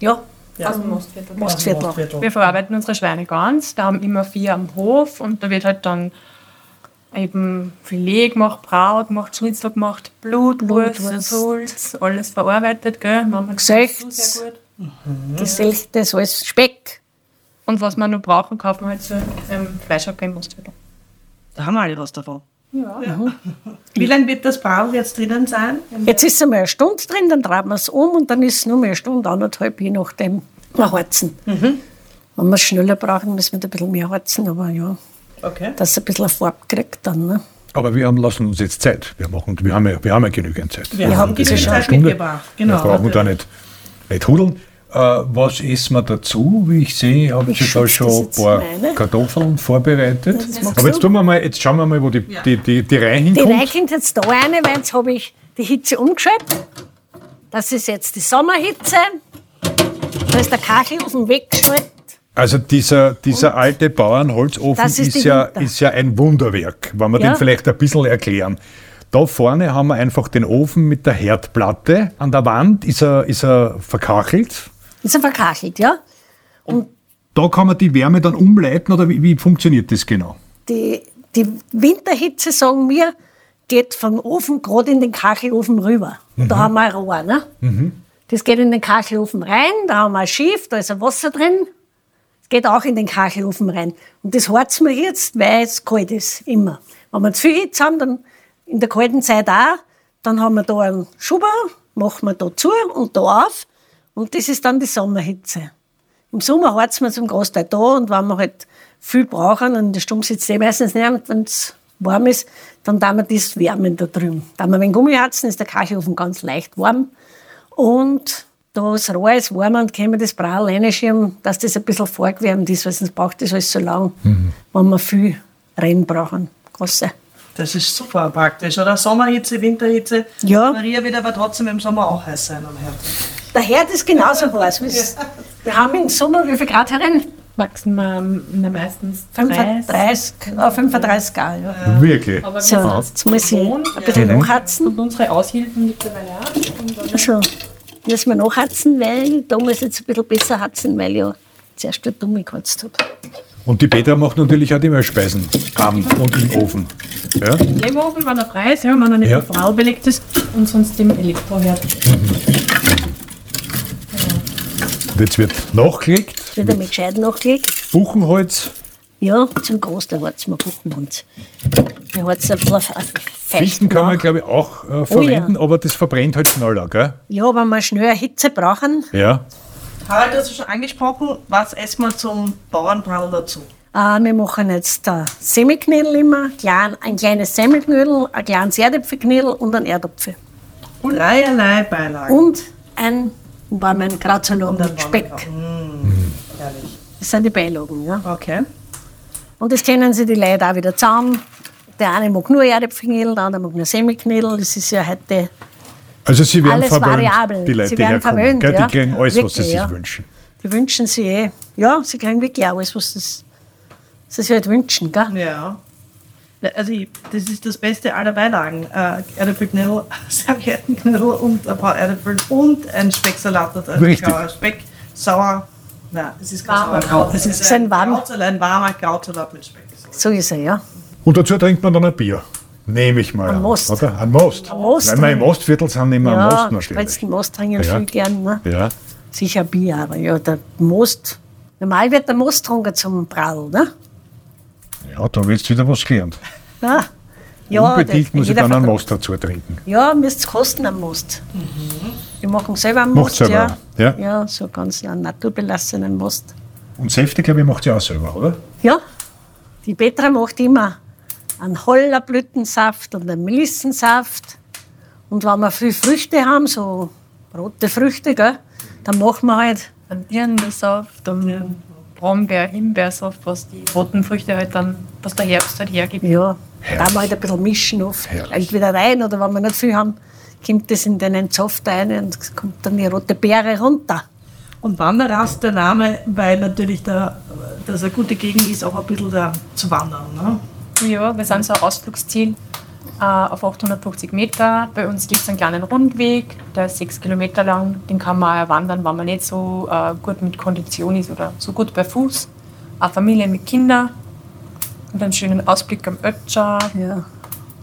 [SPEAKER 7] Ja,
[SPEAKER 8] Aus dem Mostviertel.
[SPEAKER 7] Mostviertel.
[SPEAKER 8] Wir verarbeiten unsere Schweine ganz. Da haben immer vier am Hof und da wird halt dann eben Filet gemacht, Braut gemacht, Schnitzel gemacht, Blut, Wurst,
[SPEAKER 7] Blutwurst.
[SPEAKER 8] Sulz, alles verarbeitet, gell? Mama
[SPEAKER 7] Gesächt.
[SPEAKER 8] kocht sehr gut.
[SPEAKER 7] geselchtes, alles Speck.
[SPEAKER 8] Und was wir noch brauchen, kaufen wir halt so ähm, Fleischhacker im Mostviertel.
[SPEAKER 6] Da haben wir alle was davon. Ja. Wie lange wird das Braun jetzt drinnen sein?
[SPEAKER 7] Jetzt ist es einmal eine Stunde drin, dann treiben wir es um und dann ist es nur mehr eine Stunde, anderthalb, je nachdem. Wir harzen. Wenn wir es schneller brauchen, müssen wir da ein bisschen mehr harzen, aber ja,
[SPEAKER 6] Okay.
[SPEAKER 7] dass es ein bisschen eine Farbe kriegt dann. Ne?
[SPEAKER 5] Aber wir haben, lassen uns jetzt Zeit. Wir, machen, wir, haben, ja, wir haben ja genügend Zeit.
[SPEAKER 6] Wir haben
[SPEAKER 5] das
[SPEAKER 6] genügend
[SPEAKER 5] in einer
[SPEAKER 6] Zeit
[SPEAKER 5] Stunde.
[SPEAKER 6] mitgebracht, genau.
[SPEAKER 5] Wir brauchen da nicht, nicht hudeln. Äh, was essen wir dazu? Wie ich sehe, habe ich,
[SPEAKER 7] Ich
[SPEAKER 5] da
[SPEAKER 7] schütze
[SPEAKER 5] schon ein
[SPEAKER 7] das jetzt
[SPEAKER 5] paar
[SPEAKER 7] meine.
[SPEAKER 5] Kartoffeln vorbereitet.
[SPEAKER 7] magst
[SPEAKER 5] Aber jetzt,
[SPEAKER 7] du?
[SPEAKER 5] tun wir mal, jetzt schauen wir mal, wo die, die, die, die Reihe
[SPEAKER 7] Die
[SPEAKER 5] hinkommt.
[SPEAKER 7] Reihe kommt jetzt da rein, weil jetzt habe ich die Hitze umgeschaltet. Das ist jetzt die Sommerhitze. Da ist der Kachelofen weggeschaltet.
[SPEAKER 5] Also dieser, dieser alte Bauernholzofen
[SPEAKER 7] Das ist
[SPEAKER 5] ist,
[SPEAKER 7] die
[SPEAKER 5] ja,
[SPEAKER 7] Winter.
[SPEAKER 5] ist ja ein Wunderwerk, wenn wir
[SPEAKER 7] Ja.
[SPEAKER 5] den vielleicht ein bisschen erklären. Da vorne haben wir einfach den Ofen mit der Herdplatte. An der Wand ist er, ist er verkachelt.
[SPEAKER 7] Ist er verkachelt, ja?
[SPEAKER 5] Da kann man die Wärme dann umleiten oder wie, wie funktioniert das genau?
[SPEAKER 7] die, die Winterhitze, sagen wir, geht vom Ofen gerade in den Kachelofen rüber. Da haben wir ein Rohr. Ne? Das geht in den Kachelofen rein, da haben wir ein Schiff, da ist ein Wasser drin. Das geht auch in den Kachelofen rein. Und das horzen wir jetzt, weil es kalt ist, immer. Wenn wir zu viel Hitze haben, dann in der kalten Zeit auch, dann haben wir da einen Schuber, machen wir da zu und da auf. Und das ist dann die Sommerhitze. Im Sommer heizen wir zum Großteil da und wenn wir halt viel brauchen und der Sturm sitzt eh meistens nicht und wenn es warm ist, dann tun wir das wärmen da drüben. Da wir wenn Gummi heizen, ist der Kachelofen ganz leicht warm und das Rohr ist warm und können wir das Brau reinschieben, dass das ein bisschen vorgewärmt ist, weil sonst braucht das alles so lang, wenn wir viel Rennen brauchen. Große.
[SPEAKER 6] Das ist super praktisch, oder? Sommerhitze, Winterhitze.
[SPEAKER 7] Ja.
[SPEAKER 6] Maria wird aber trotzdem im Sommer auch heiß sein am Herd.
[SPEAKER 7] Der Herd ist genauso heiß. wie es- Wir haben im Sommer wie viel Grad herein?
[SPEAKER 8] Wachsen wir na, meistens 30.
[SPEAKER 7] 35, äh, 35 Grad. Ja.
[SPEAKER 5] Wirklich?
[SPEAKER 8] Aber wir
[SPEAKER 7] So,
[SPEAKER 8] sind
[SPEAKER 7] jetzt muss ich ein bisschen
[SPEAKER 5] Mhm.
[SPEAKER 7] nachhatzen.
[SPEAKER 8] Und unsere Aushilfen mittlerweile auch. Und dann
[SPEAKER 7] Also, müssen wir nachhatzen, weil da muss ich jetzt ein bisschen besser hatzen, weil ich ja zuerst dort umgekratzt habe.
[SPEAKER 5] Und die Petra macht natürlich auch die Mehlspeisen am und im Ofen. Ja?
[SPEAKER 8] im Ofen, wenn er frei ist, ja, wenn er nicht
[SPEAKER 5] Ja.
[SPEAKER 8] mit Frau belegt ist. Und sonst im Elektroherd.
[SPEAKER 5] Und Jetzt wird nachgelegt,
[SPEAKER 7] Wird einmal gescheit nachgelegt.
[SPEAKER 5] Buchenholz,
[SPEAKER 7] Ja, zum Großteil harzen wir Buchenhund. Wir harzen ein bisschen auf- auf fest
[SPEAKER 5] Fichten kann man
[SPEAKER 7] nach.
[SPEAKER 5] glaube ich auch äh, verwenden,
[SPEAKER 7] Oh ja.
[SPEAKER 5] aber das verbrennt halt schneller, gell?
[SPEAKER 7] Ja, wenn wir schnell eine Hitze brauchen,
[SPEAKER 5] Ja.
[SPEAKER 6] Harald, du hast es schon angesprochen, was essen wir zum Bauernbraten dazu?
[SPEAKER 7] äh, wir machen jetzt äh, Semmelknödel immer, klein, ein kleines Semmelknödel, ein kleines Erdäpfelknödel und einen Erdapfel.
[SPEAKER 6] Dreierlei Beilagen.
[SPEAKER 7] Und ein warmen Kratzerlogen
[SPEAKER 6] dann
[SPEAKER 7] mit Speck.
[SPEAKER 8] Mm.
[SPEAKER 6] Herrlich.
[SPEAKER 7] Das sind die Beilagen. Ja.
[SPEAKER 6] Okay.
[SPEAKER 7] Und das kennen sie die Leute auch wieder zusammen. Der eine mag nur Erdäpfelknödel, der andere mag nur Semmelknödel. Das ist ja heute
[SPEAKER 5] Also sie werden
[SPEAKER 7] Alles
[SPEAKER 5] verwöhnt,
[SPEAKER 7] variabel.
[SPEAKER 5] die Leute,
[SPEAKER 7] Sie
[SPEAKER 5] die
[SPEAKER 7] werden
[SPEAKER 5] herkommen.
[SPEAKER 7] verwöhnt,
[SPEAKER 5] gell? Die
[SPEAKER 7] ja.
[SPEAKER 5] kriegen alles, was sie
[SPEAKER 7] Wirklich,
[SPEAKER 5] sich
[SPEAKER 7] ja.
[SPEAKER 5] wünschen.
[SPEAKER 7] Die wünschen sich eh. Ja, sie kriegen wirklich alles, was das, was sie sich halt wünschen. Gell?
[SPEAKER 6] Ja. Also ich, das ist das Beste aller Beilagen. Äh, Erdäpfelknödel, Serviettenknödel und ein paar Erdäpfel und ein Specksalat. dazu.
[SPEAKER 5] Richtig.
[SPEAKER 6] Grauer Speck, sauer. Nein, es ist kein sauer
[SPEAKER 8] Warmer
[SPEAKER 6] Kraut. Es ist
[SPEAKER 7] Ist ein warm-
[SPEAKER 6] Krautsalat, ein warmer Krautsalat mit Speck.
[SPEAKER 7] So ist er, ja.
[SPEAKER 5] Und dazu trinkt man dann ein Bier. Nehme ich mal
[SPEAKER 7] Ein
[SPEAKER 5] an.
[SPEAKER 7] Most.
[SPEAKER 5] Oder? Ein Most.
[SPEAKER 7] Most.
[SPEAKER 5] Wenn wir im Mostviertel sind, nehmen wir einen
[SPEAKER 7] ja,
[SPEAKER 5] Most natürlich.
[SPEAKER 7] spritzen Most trinken
[SPEAKER 5] Ja.
[SPEAKER 7] viel gern. Ne?
[SPEAKER 5] Ja.
[SPEAKER 7] Sicher Bier, aber ja, der Most. Normal wird der Most getrunken zum Brau, ne?
[SPEAKER 5] ja, da willst du wieder was gelernt.
[SPEAKER 7] Ja, ja
[SPEAKER 5] Unbedingt
[SPEAKER 7] der-
[SPEAKER 5] muss ich
[SPEAKER 7] jeder
[SPEAKER 5] dann einen
[SPEAKER 7] vertr-
[SPEAKER 5] Most dazu trinken.
[SPEAKER 7] Ja, müsst ihr kosten am Most. Wir machen selber einen
[SPEAKER 5] Macht
[SPEAKER 7] Most.
[SPEAKER 5] selber,
[SPEAKER 7] ja.
[SPEAKER 5] ja.
[SPEAKER 7] ja, so ganz einen naturbelassenen Most.
[SPEAKER 5] Und Säfte, glaube ich, macht ihr auch selber, oder?
[SPEAKER 7] Ja, die Petra macht immer einen Hollerblütensaft und einen Melissensaft. Und wenn wir viel Früchte haben, so rote Früchte, gell, dann machen wir halt
[SPEAKER 8] Dann Dirndlsaft und Brombeer, Himbeersaft, was die roten Früchte halt dann, was der Herbst halt hergibt.
[SPEAKER 7] Ja,
[SPEAKER 5] Herrlich.
[SPEAKER 7] da mal halt ein bisschen mischen oft.
[SPEAKER 5] Herrlich.
[SPEAKER 7] Entweder rein oder wenn wir nicht viel haben, kommt das in den Saft rein und es kommt dann die rote Beere runter.
[SPEAKER 6] Und Wanderrast der Name, weil natürlich der, das eine gute Gegend ist, auch ein bisschen da zu wandern. Ne?
[SPEAKER 8] Ja, wir sind so ein Ausflugsziel äh, auf 850 Meter. Bei uns gibt es einen kleinen Rundweg, der ist sechs Kilometer lang. Den kann man auch wandern, wenn man nicht so äh, gut mit Kondition ist oder so gut bei Fuß. Eine Familie mit Kindern und einen schönen Ausblick am Ötscher.
[SPEAKER 7] Ja.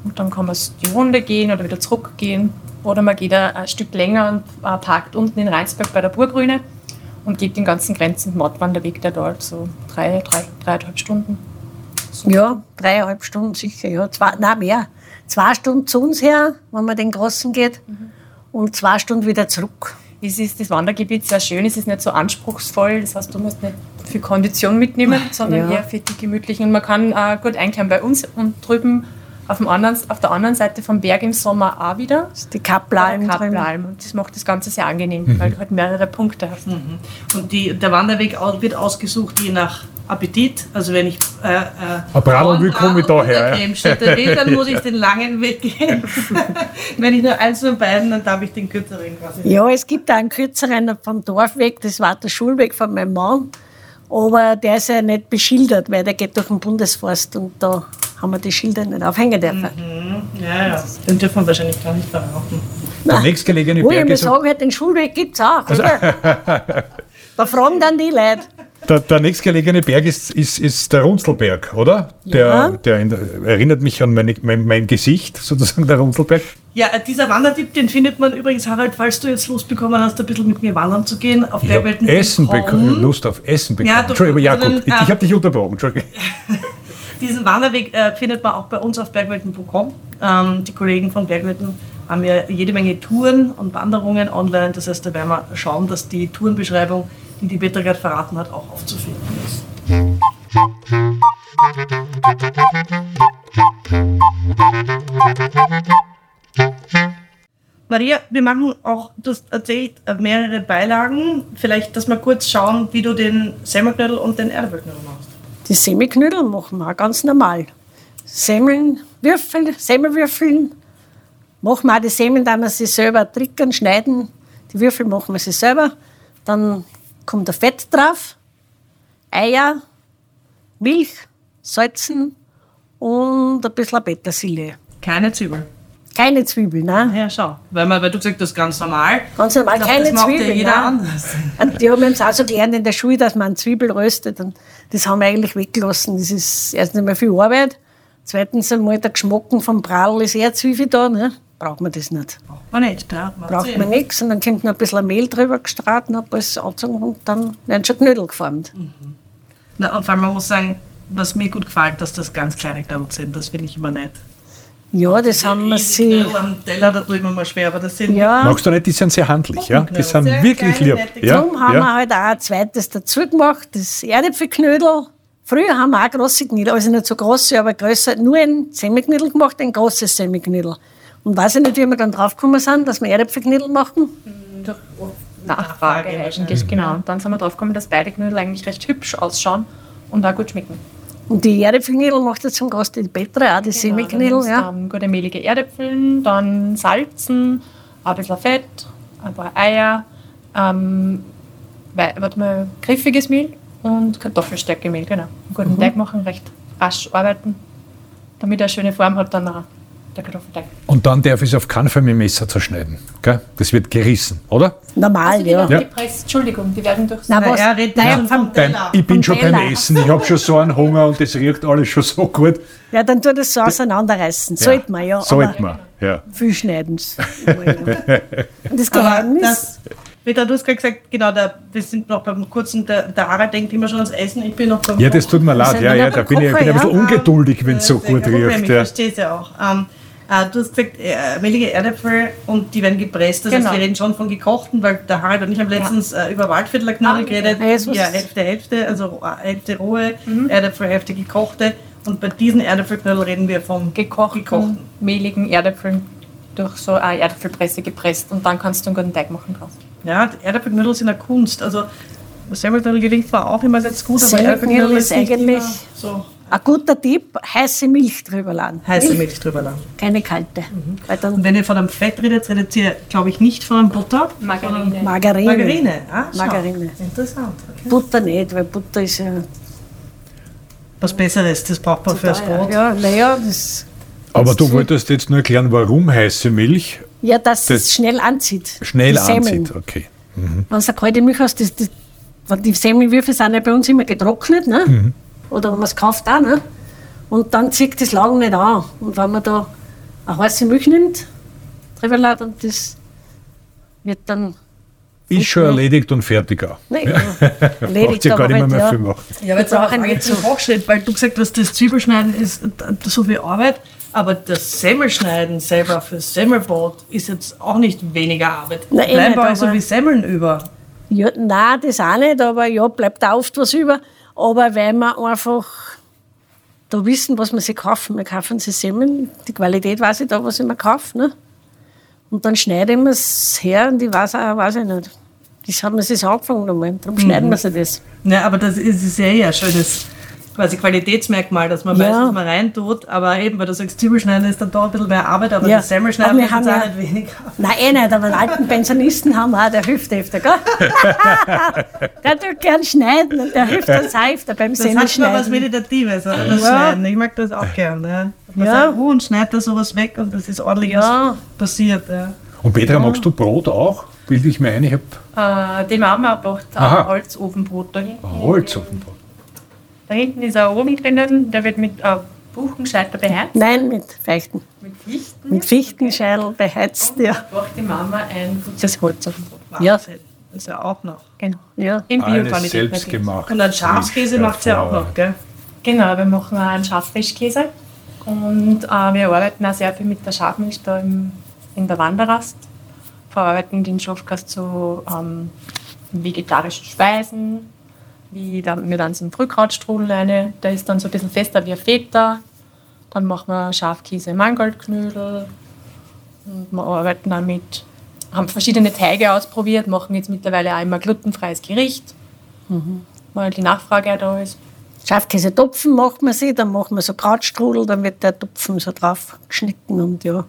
[SPEAKER 8] Und dann kann man s- die Runde gehen oder wieder zurückgehen. Oder man geht ein, ein Stück länger und äh, parkt unten in Rheinsberg bei der Burgrüne und geht den ganzen Grenzen Mordwanderweg, der dort so drei, drei, dreieinhalb Stunden.
[SPEAKER 7] ja, dreieinhalb Stunden sicher, ja, zwei, nein, mehr. Zwei Stunden zu uns her, wenn man den Großen geht,
[SPEAKER 5] Mhm.
[SPEAKER 7] und zwei Stunden wieder zurück.
[SPEAKER 8] Es ist das Wandergebiet sehr schön, es ist nicht so anspruchsvoll, das heißt, du musst nicht viel Kondition mitnehmen, sondern
[SPEAKER 7] Ja.
[SPEAKER 8] eher für die Gemütlichen. Und man kann äh, gut einkehren bei uns und drüben auf, dem anderen, auf der anderen Seite vom Berg im Sommer auch wieder.
[SPEAKER 7] Das ist Die Kaplalm drin.
[SPEAKER 8] Kaplalm. Und das macht das Ganze sehr angenehm, weil du halt mehrere Punkte hast.
[SPEAKER 6] Und die, der Wanderweg au- wird ausgesucht je nach Appetit. Also wenn ich äh, äh,
[SPEAKER 5] Ein Bratl will, komm ich
[SPEAKER 6] Kornbraten
[SPEAKER 5] daher,
[SPEAKER 6] oder
[SPEAKER 5] ja.
[SPEAKER 6] Cremstädter will, dann muss ich den langen Weg gehen. wenn ich nur eins von beiden, dann darf ich den kürzeren quasi.
[SPEAKER 7] Ja, es gibt auch einen kürzeren vom Dorfweg, das war der Schulweg von meinem Mann, aber der ist ja nicht beschildert, weil der geht durch den Bundesforst und da haben wir die Schilder nicht aufhängen dürfen.
[SPEAKER 6] Ja, ja. Den dürfen wir wahrscheinlich gar nicht verbrauchen. Genau.
[SPEAKER 5] Der nächstgelegene
[SPEAKER 7] Wo ich
[SPEAKER 5] Berg
[SPEAKER 7] mir
[SPEAKER 5] ist,
[SPEAKER 7] sagen halt, den Schulweg gibt es auch. oder? da fragen dann die Leute.
[SPEAKER 5] der, der nächstgelegene Berg ist, ist, ist der Runzelberg, oder?
[SPEAKER 7] Ja.
[SPEAKER 5] Der, der in- erinnert mich an meine, mein, mein Gesicht, sozusagen der Runzelberg.
[SPEAKER 6] Ja, äh, dieser Wandertipp, den findet man übrigens, Harald, falls du jetzt Lust bekommen hast, ein bisschen mit mir wandern zu gehen. Auf
[SPEAKER 5] Ich habe
[SPEAKER 6] Bergwelten
[SPEAKER 5] Essen
[SPEAKER 6] Raum.
[SPEAKER 5] bekommen, Lust auf Essen bekommen.
[SPEAKER 6] Ja, doch,
[SPEAKER 5] Entschuldigung, Jakob,
[SPEAKER 6] dann,
[SPEAKER 5] ich, ich
[SPEAKER 6] ah.
[SPEAKER 5] habe dich unterbrochen. Entschuldigung.
[SPEAKER 6] Diesen Wanderweg äh, findet man auch bei uns auf bergwelten.com. Ähm, die Kollegen von Bergwelten haben ja jede Menge Touren und Wanderungen online. Das heißt, da werden wir schauen, dass die Tourenbeschreibung, die die Petra gerade verraten hat, auch aufzufinden ist. Maria, wir machen auch, du hast erzählt, äh, mehrere Beilagen. Vielleicht, dass wir kurz schauen, wie du den Semmelknödel und den Erdbeerknödel machst.
[SPEAKER 7] Die Semmelknödel machen wir auch ganz normal. Semmeln, Würfel, Semmelwürfeln. Machen wir auch die Semmeln, dann wir sie selber trickern, schneiden. Die Würfel machen wir sie selber. Dann kommt der Fett drauf, Eier, Milch, Salzen und ein bisschen Petersilie.
[SPEAKER 6] Keine Zwiebel.
[SPEAKER 7] Keine Zwiebeln, nein.
[SPEAKER 6] Ja, schau. Weil, man, weil du gesagt hast, ganz normal.
[SPEAKER 7] Ganz normal,
[SPEAKER 6] Ich glaub,
[SPEAKER 7] keine
[SPEAKER 6] das macht ja
[SPEAKER 7] Zwiebeln. ne?
[SPEAKER 6] jeder
[SPEAKER 7] nein.
[SPEAKER 6] anders.
[SPEAKER 7] Und Also, die haben uns auch so gelernt in der Schule, dass man Zwiebel röstet. Und das haben wir eigentlich weggelassen. Das ist erstens einmal viel Arbeit. Zweitens einmal der Geschmacken vom Bratl ist eher Zwiebel da. Ne? Braucht man das nicht.
[SPEAKER 6] Braucht man nicht. Braucht man,
[SPEAKER 7] Braucht man nichts. Und dann kommt noch ein bisschen Mehl drüber gestrahlt, noch alles angezogen und dann werden schon Knödel geformt.
[SPEAKER 6] Na, und vor allem, man muss sagen, was mir gut gefällt, dass das ganz kleine Knödel sind. Das finde ich immer nett.
[SPEAKER 7] Ja, das haben wir sie.
[SPEAKER 6] Knödel am Teller, da tue ich mir mal schwer, aber das sind...
[SPEAKER 7] Ja,
[SPEAKER 5] Magst du nicht? Die sind sehr handlich, ja? Die sind
[SPEAKER 6] Sehr
[SPEAKER 5] wirklich
[SPEAKER 6] kleine,
[SPEAKER 5] lieb.
[SPEAKER 6] nette
[SPEAKER 5] Ja,
[SPEAKER 7] darum haben wir
[SPEAKER 5] ja.
[SPEAKER 7] halt auch ein zweites dazu gemacht, das Erdäpfelknödel. Früher haben wir auch große Knödel, also nicht so große, aber größer, nur ein Semmelknödel gemacht, ein großes Semmelknödel. Und weiß ich nicht, wie wir dann draufgekommen sind, dass wir Erdäpfelknödel machen.
[SPEAKER 8] Nachfrage
[SPEAKER 6] Nachfrage
[SPEAKER 8] eigentlich, genau. Und dann sind wir drauf gekommen, dass beide Knödel eigentlich recht hübsch ausschauen und auch gut schmecken.
[SPEAKER 7] Und die Erdäpfelknödel macht jetzt zum Gast die Petra auch, die
[SPEAKER 6] Genau,
[SPEAKER 7] Semiknödel.
[SPEAKER 8] ja.
[SPEAKER 7] Ja.
[SPEAKER 8] Dann ähm, gute mehlige Erdäpfel, dann Salzen, ein bisschen Fett, ein paar Eier, ähm, wei- warte mal, griffiges Mehl und Kartoffelstärkemehl, genau. Einen guten Teig machen, recht rasch arbeiten, damit er eine schöne Form hat, dann auch der Kartoffelteig.
[SPEAKER 5] Und dann darf ich es auf keinen Fall mit dem Messer zerschneiden. Gell? Das wird gerissen, oder?
[SPEAKER 6] Also
[SPEAKER 7] Normal, Ah, ja.
[SPEAKER 6] genau.
[SPEAKER 8] werden gepresst, Entschuldigung, die werden durch
[SPEAKER 7] Nein, was,
[SPEAKER 6] er redet
[SPEAKER 7] nein,
[SPEAKER 6] vom
[SPEAKER 5] Beim,
[SPEAKER 6] Teller.
[SPEAKER 5] ich bin schon beim
[SPEAKER 7] Teller.
[SPEAKER 5] Essen. Ich habe schon so einen Hunger und das riecht alles schon so gut.
[SPEAKER 7] ja, dann tut das so auseinanderreißen. Sollte man, ja. aber
[SPEAKER 5] Sollte man, ja.
[SPEAKER 7] Viel schneiden. das
[SPEAKER 6] Aber
[SPEAKER 7] Geheimnis.
[SPEAKER 6] das, Peter, du hast gerade gesagt, genau, der, wir sind noch beim kurzen, der, der Ara denkt immer schon ans Essen, ich bin noch beim
[SPEAKER 5] Ja, das tut mir leid.
[SPEAKER 7] sind
[SPEAKER 5] Ja,
[SPEAKER 7] wir
[SPEAKER 5] ja,
[SPEAKER 7] noch
[SPEAKER 5] da
[SPEAKER 7] beim
[SPEAKER 5] bin ich, ich bin
[SPEAKER 7] Kocher,
[SPEAKER 5] ein bisschen
[SPEAKER 7] ja?
[SPEAKER 5] ungeduldig, wenn es so
[SPEAKER 6] Das ist
[SPEAKER 5] gut
[SPEAKER 6] kein Problem,
[SPEAKER 5] riecht.
[SPEAKER 6] Ich
[SPEAKER 5] Ja.
[SPEAKER 6] verstehe es ja auch. Ähm, äh, du hast gesagt, äh, mehlige Erdäpfel und die werden gepresst. Das
[SPEAKER 8] Genau.
[SPEAKER 6] heißt, wir reden schon von gekochten, weil der Harald und ich haben letztens äh, über Waldviertler Knödel
[SPEAKER 8] Ah,
[SPEAKER 6] geredet.
[SPEAKER 7] ja, jetzt muss
[SPEAKER 6] Ja,
[SPEAKER 7] es- Mhm.
[SPEAKER 6] Hälfte, Hälfte, also äh, Hälfte rohe Erdäpfel, Hälfte gekochte. Und bei diesen Erdäpfelknödel reden wir vom
[SPEAKER 8] gekochten,
[SPEAKER 6] Gekochten.
[SPEAKER 8] mehligen Erdäpfeln durch so eine Erdäpfelpresse gepresst und dann kannst du einen guten Teig machen draus.
[SPEAKER 6] Ja, die Erdäpfelknödel sind eine Kunst. Also Semmelknödel gelingt zwar auch immer jetzt gut, aber
[SPEAKER 7] Semmelknödel
[SPEAKER 6] Erdäpfelknödel
[SPEAKER 7] ist
[SPEAKER 6] ist nicht
[SPEAKER 7] eigentlich-
[SPEAKER 6] immer so
[SPEAKER 7] Ein guter Tipp, heiße Milch drüber laden.
[SPEAKER 6] heiße Milch Mhm. drüber lang.
[SPEAKER 7] Keine kalte. Weil
[SPEAKER 6] Und
[SPEAKER 7] dann
[SPEAKER 6] wenn ihr von einem Fett redet, redet ihr, glaube ich, nicht von einem Butter.
[SPEAKER 8] Margarine.
[SPEAKER 7] Margarine.
[SPEAKER 6] Margarine. Ah, schau.
[SPEAKER 7] Margarine.
[SPEAKER 6] Interessant. Okay.
[SPEAKER 7] Butter nicht, weil Butter ist ja.
[SPEAKER 6] Was Besseres, das braucht man fürs Brot.
[SPEAKER 7] Ja, naja, das,
[SPEAKER 5] Aber du
[SPEAKER 7] So-
[SPEAKER 5] wolltest jetzt nur erklären, warum heiße Milch
[SPEAKER 7] ja, dass
[SPEAKER 5] Das-
[SPEAKER 7] es schnell anzieht.
[SPEAKER 5] schnell
[SPEAKER 7] Die Semmeln.
[SPEAKER 5] anzieht. Okay.
[SPEAKER 7] Wenn du eine kalte Milch hast, das, das, weil die Semmelwürfel sind ja bei uns immer getrocknet, ne?
[SPEAKER 5] Mhm.
[SPEAKER 7] oder wenn man es kauft auch. Ne? Und dann zieht das lang nicht an. Und wenn man da eine heiße Milch nimmt, drüber lädt und das wird dann
[SPEAKER 5] Ist schon erledigt und fertig auch.
[SPEAKER 7] ne, ja.
[SPEAKER 5] Braucht
[SPEAKER 7] erledigt.
[SPEAKER 5] ihr gar nicht mehr,
[SPEAKER 7] halt,
[SPEAKER 5] mehr
[SPEAKER 7] ja.
[SPEAKER 5] viel machen.
[SPEAKER 6] Ja, aber jetzt
[SPEAKER 7] brauchen
[SPEAKER 6] auch ein
[SPEAKER 7] wir
[SPEAKER 6] jetzt zum Hochschnitt, weil du gesagt hast, das Zwiebelschneiden ist so viel Arbeit, aber das Semmelschneiden selber für Semmelbrot ist jetzt auch nicht weniger Arbeit.
[SPEAKER 7] Na, eh
[SPEAKER 6] Bleiben
[SPEAKER 7] nicht,
[SPEAKER 6] bei euch so
[SPEAKER 7] aber-
[SPEAKER 6] wie Semmeln über.
[SPEAKER 7] Ja, nein, das auch nicht, aber ja, bleibt auch oft was über. Aber weil wir einfach da wissen, was wir sie kaufen. Wir kaufen sie Semmeln, die Qualität weiß ich da, was ich mir kaufe. Ne? Und dann schneiden wir es her und ich weiß auch, weiß ich nicht. Das haben wir sich angefangen einmal, darum schneiden wir sie das.
[SPEAKER 6] Ja, aber das ist, ist ja eh ein schönes quasi Qualitätsmerkmal, dass man
[SPEAKER 7] Ja.
[SPEAKER 6] weiß, was man reintut, aber eben, weil du sagst, Zwiebelschneiden ist dann doch ein bisschen mehr Arbeit, aber
[SPEAKER 7] Ja.
[SPEAKER 6] das Semmelschneiden
[SPEAKER 7] Aber wir
[SPEAKER 6] ist jetzt
[SPEAKER 7] haben
[SPEAKER 6] auch
[SPEAKER 7] ja-
[SPEAKER 6] nicht weniger.
[SPEAKER 7] Nein, eh nicht, aber einen alten Pensionisten haben wir auch, der hilft öfter, gell? der tut gern schneiden und der hilft uns auch öfter beim
[SPEAKER 6] Das hat schon was
[SPEAKER 7] Semmelschneiden.
[SPEAKER 6] Meditatives, oder? Das
[SPEAKER 7] Ja.
[SPEAKER 6] Schneiden. Ich mag das auch gern. Ja. Man
[SPEAKER 7] Ja.
[SPEAKER 6] sagt, oh, und schneidet da sowas weg und das ist ordentlich was
[SPEAKER 7] Ja.
[SPEAKER 6] passiert. Ja.
[SPEAKER 5] Und Petra, magst du Brot auch? Bilde ich mir ein, ich habe
[SPEAKER 8] Äh, den haben wir auch gemacht,
[SPEAKER 5] Aha.
[SPEAKER 8] ein Holzofenbrot da hinten.
[SPEAKER 5] Holz auf dem Brot.
[SPEAKER 8] Da hinten ist ein Ofen drinnen, der wird mit äh, Buchenscheiter beheizt.
[SPEAKER 7] Nein, mit Feichten.
[SPEAKER 8] Mit Fichten.
[SPEAKER 7] Mit Fichtenscheitel beheizt, ja.
[SPEAKER 8] Macht die Mama ein gutes Holzofenbrot.
[SPEAKER 7] Ja.
[SPEAKER 6] Wahnsinn. Das ist ja auch noch.
[SPEAKER 8] Genau.
[SPEAKER 7] ja.
[SPEAKER 8] In
[SPEAKER 5] Alles
[SPEAKER 8] Bioqualität
[SPEAKER 5] selbst
[SPEAKER 8] natürlich.
[SPEAKER 5] gemacht.
[SPEAKER 6] Und einen Schafskäse macht es ja auch noch, gell?
[SPEAKER 8] Genau, wir machen auch einen Schaffrischkäse und äh, wir arbeiten auch sehr viel mit der Schafmilch da im, in der Wanderrast. Verarbeiten den Schafkast zu ähm, vegetarischen Speisen, wie dann, wir dann so einen Brühkrautstrudel eine, der ist dann so ein bisschen fester wie ein Feta. Dann machen wir Schafkäse, Mangoldknödel und wir arbeiten damit, haben verschiedene Teige ausprobiert, machen jetzt mittlerweile auch immer glutenfreies Gericht, weil die Nachfrage auch da ist.
[SPEAKER 7] Schafkäse-Topfen macht man sie, dann machen wir so Krautstrudel, dann wird der Topfen so drauf geschnitten und ja.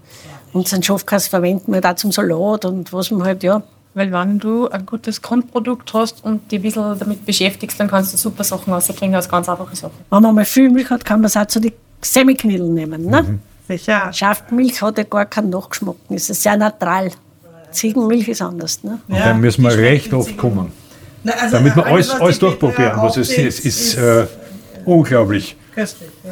[SPEAKER 7] Und so einen Schafkäse verwenden wir da zum Salat und was man halt, ja.
[SPEAKER 8] Weil wenn du ein gutes Grundprodukt hast und dich ein bisschen damit beschäftigst, dann kannst du super Sachen rausbringen aus ganz einfachen Sachen.
[SPEAKER 7] Wenn man mal viel Milch hat, kann man es auch zu den Semiknödeln nehmen. Ne?
[SPEAKER 6] Sicher.
[SPEAKER 7] Schafmilch hat ja gar keinen Nachgeschmack, es ist sehr neutral. Ziegenmilch ist anders. Ne?
[SPEAKER 5] Und
[SPEAKER 6] Ja,
[SPEAKER 5] dann müssen wir
[SPEAKER 6] die
[SPEAKER 5] recht
[SPEAKER 6] schmecken
[SPEAKER 5] oft
[SPEAKER 6] sich-
[SPEAKER 5] kommen,
[SPEAKER 6] Na, also
[SPEAKER 5] damit wir alles,
[SPEAKER 6] was
[SPEAKER 5] alles
[SPEAKER 6] die Petra
[SPEAKER 5] durchprobieren, was es
[SPEAKER 6] aufzählt,
[SPEAKER 5] ist. ist äh, unglaublich.
[SPEAKER 6] köstlich. Ja.